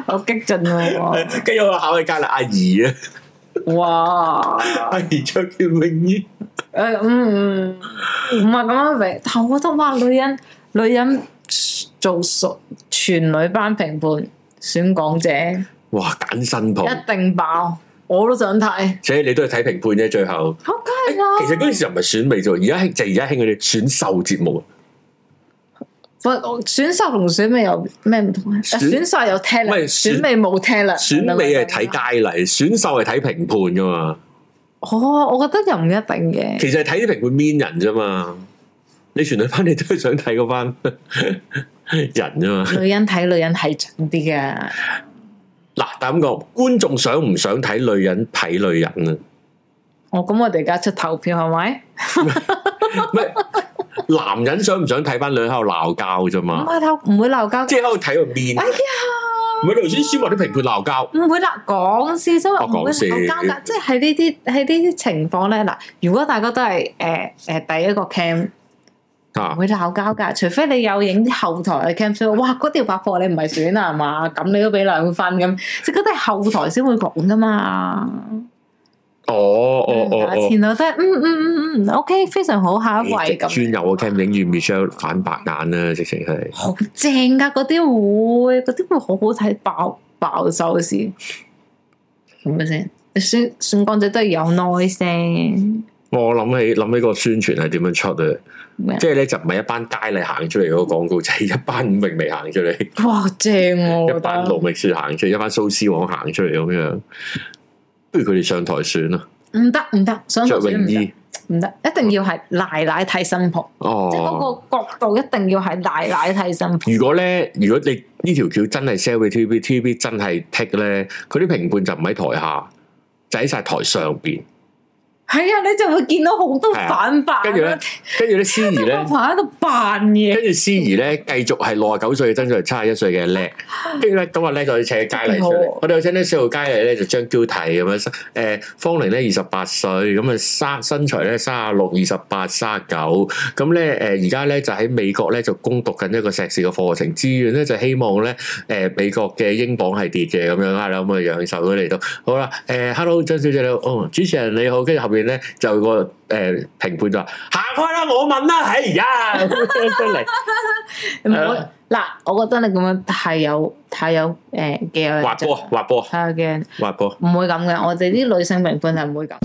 Speaker 2: 好激進喎！
Speaker 1: 跟住我考佢隔離阿怡啊，
Speaker 2: 哇！
Speaker 1: 阿怡着件泳衣，
Speaker 2: 誒嗯嗯，唔係咁樣嚟，但我覺得哇，女人女人做熟全女班評判選港姐
Speaker 1: 哇揀新抱，
Speaker 2: 一定爆，我都想睇，
Speaker 1: 所以你都係睇評判啫。最後，
Speaker 2: 好梗係啊啦。
Speaker 1: 其實嗰陣時又唔係選美啫，而家興就而家興嗰啲選秀節目，啊
Speaker 2: 喂，我選秀同選美有咩唔同啊？
Speaker 1: 選
Speaker 2: 選秀有 talent，
Speaker 1: 喂選
Speaker 2: 選美冇 talent。啊
Speaker 1: 選美係睇佳麗，選秀係睇評判噶嘛。
Speaker 2: 哦，我覺得又唔一定嘅。
Speaker 1: 其實係睇啲評判 mean 人啫嘛。你全女班你都係想睇嗰班 人啫嘛。
Speaker 2: 女人睇女人睇準啲嘅，
Speaker 1: 嗱，但咁講，觀眾想唔想睇女人睇女人啊？
Speaker 2: 我哦咁我哋而家出投票係咪？
Speaker 1: 唔係，啊男人想唔想睇班女人喺度鬧交啫
Speaker 2: 唔
Speaker 1: 嘛？
Speaker 2: 係投唔會鬧交
Speaker 1: 啊即。係喺度睇個面啊
Speaker 2: 哎，呀，
Speaker 1: 唔係頭先先話啲評判鬧交，
Speaker 2: 唔會啦，講笑啫嘛，
Speaker 1: 哦
Speaker 2: 唔會鬧交
Speaker 1: 講笑
Speaker 2: 㗎。即係喺呢啲喺呢啲情況咧，嗱，如果大家都係誒誒第一個 cam，唔
Speaker 1: 啊，
Speaker 2: 會鬧交㗎，除非你有影啲後台嘅 cam 哇，嗰條八婆你唔係選啊係嘛，咁你都俾兩分咁，即係嗰啲係後台先會講㗎嘛。
Speaker 1: 哦哦哦
Speaker 2: 嗯打
Speaker 1: 哦，
Speaker 2: 前度都係嗯嗯嗯嗯，OK，非常好，下一位咁。
Speaker 1: 專有個 cam 影住 Michelle 反白眼啦，直情係。
Speaker 2: 好正噶，嗰啲會，嗰啲會好好睇，爆爆收視，係咪先？你選選港姐都係有 noise 聲，
Speaker 1: 我諗起諗起個宣傳係點樣出啊？
Speaker 2: 咩啊
Speaker 1: 即係咧就唔係一班佳麗行出嚟嗰個廣告，就係 一班伍詠薇行出嚟，
Speaker 2: 哇正喎、我
Speaker 1: 一
Speaker 2: 覺
Speaker 1: 班
Speaker 2: 得
Speaker 1: 盧覓雪行出嚟，一班蘇絲黃行出嚟咁樣。不如佢哋上台選啦，
Speaker 2: 唔得唔得，想
Speaker 1: 着
Speaker 2: 投選
Speaker 1: 泳
Speaker 2: 唔
Speaker 1: 衣
Speaker 2: 得。唔得，一定要係奶奶睇新抱，
Speaker 1: 哦，
Speaker 2: 即係嗰個角度一定要係奶奶睇新抱。
Speaker 1: 如果咧，如果你呢條橋真係 sell 俾 TVB，TVB 真係剔咧，佢啲評判就唔喺台下，就喺晒台上邊。
Speaker 2: 係啊，你就會見到好多
Speaker 1: 係啊
Speaker 2: 反白，
Speaker 1: 跟住 咧，跟住咧，思怡
Speaker 2: 個
Speaker 1: 咧，
Speaker 2: 朋喺度扮嘢，
Speaker 1: 跟住思怡咧，繼續係六十九歲嘅曾俊係七十一歲嘅叻。跟住咧，今日咧就要請佳麗出
Speaker 2: 真係
Speaker 1: 嚟
Speaker 2: 好。
Speaker 1: 我哋有請呢四號佳麗咧，就張嬌娣咁樣，誒方玲咧二十八歲，咁啊三身材咧三十六、二十八、三十九。咁咧誒而家咧就喺美國咧就攻讀緊一個碩士嘅課程，志願咧就希望咧誒、美國嘅英鎊係跌嘅咁樣係啦，咁啊養受咗嚟到。好啦，誒、hello 張小姐你好，哦主持人你好，跟住後邊咧就有個誒、評判就話行開啦，我問啦，哎呀咁樣出嚟。
Speaker 2: 唔
Speaker 1: 係
Speaker 2: 好
Speaker 1: 啊
Speaker 2: 嗱，我覺得你咁樣太有太有誒嘅
Speaker 1: 滑波，滑波，
Speaker 2: 係嘅。
Speaker 1: 滑波。
Speaker 2: 唔會咁嘅，我哋啲女性評判係唔會咁。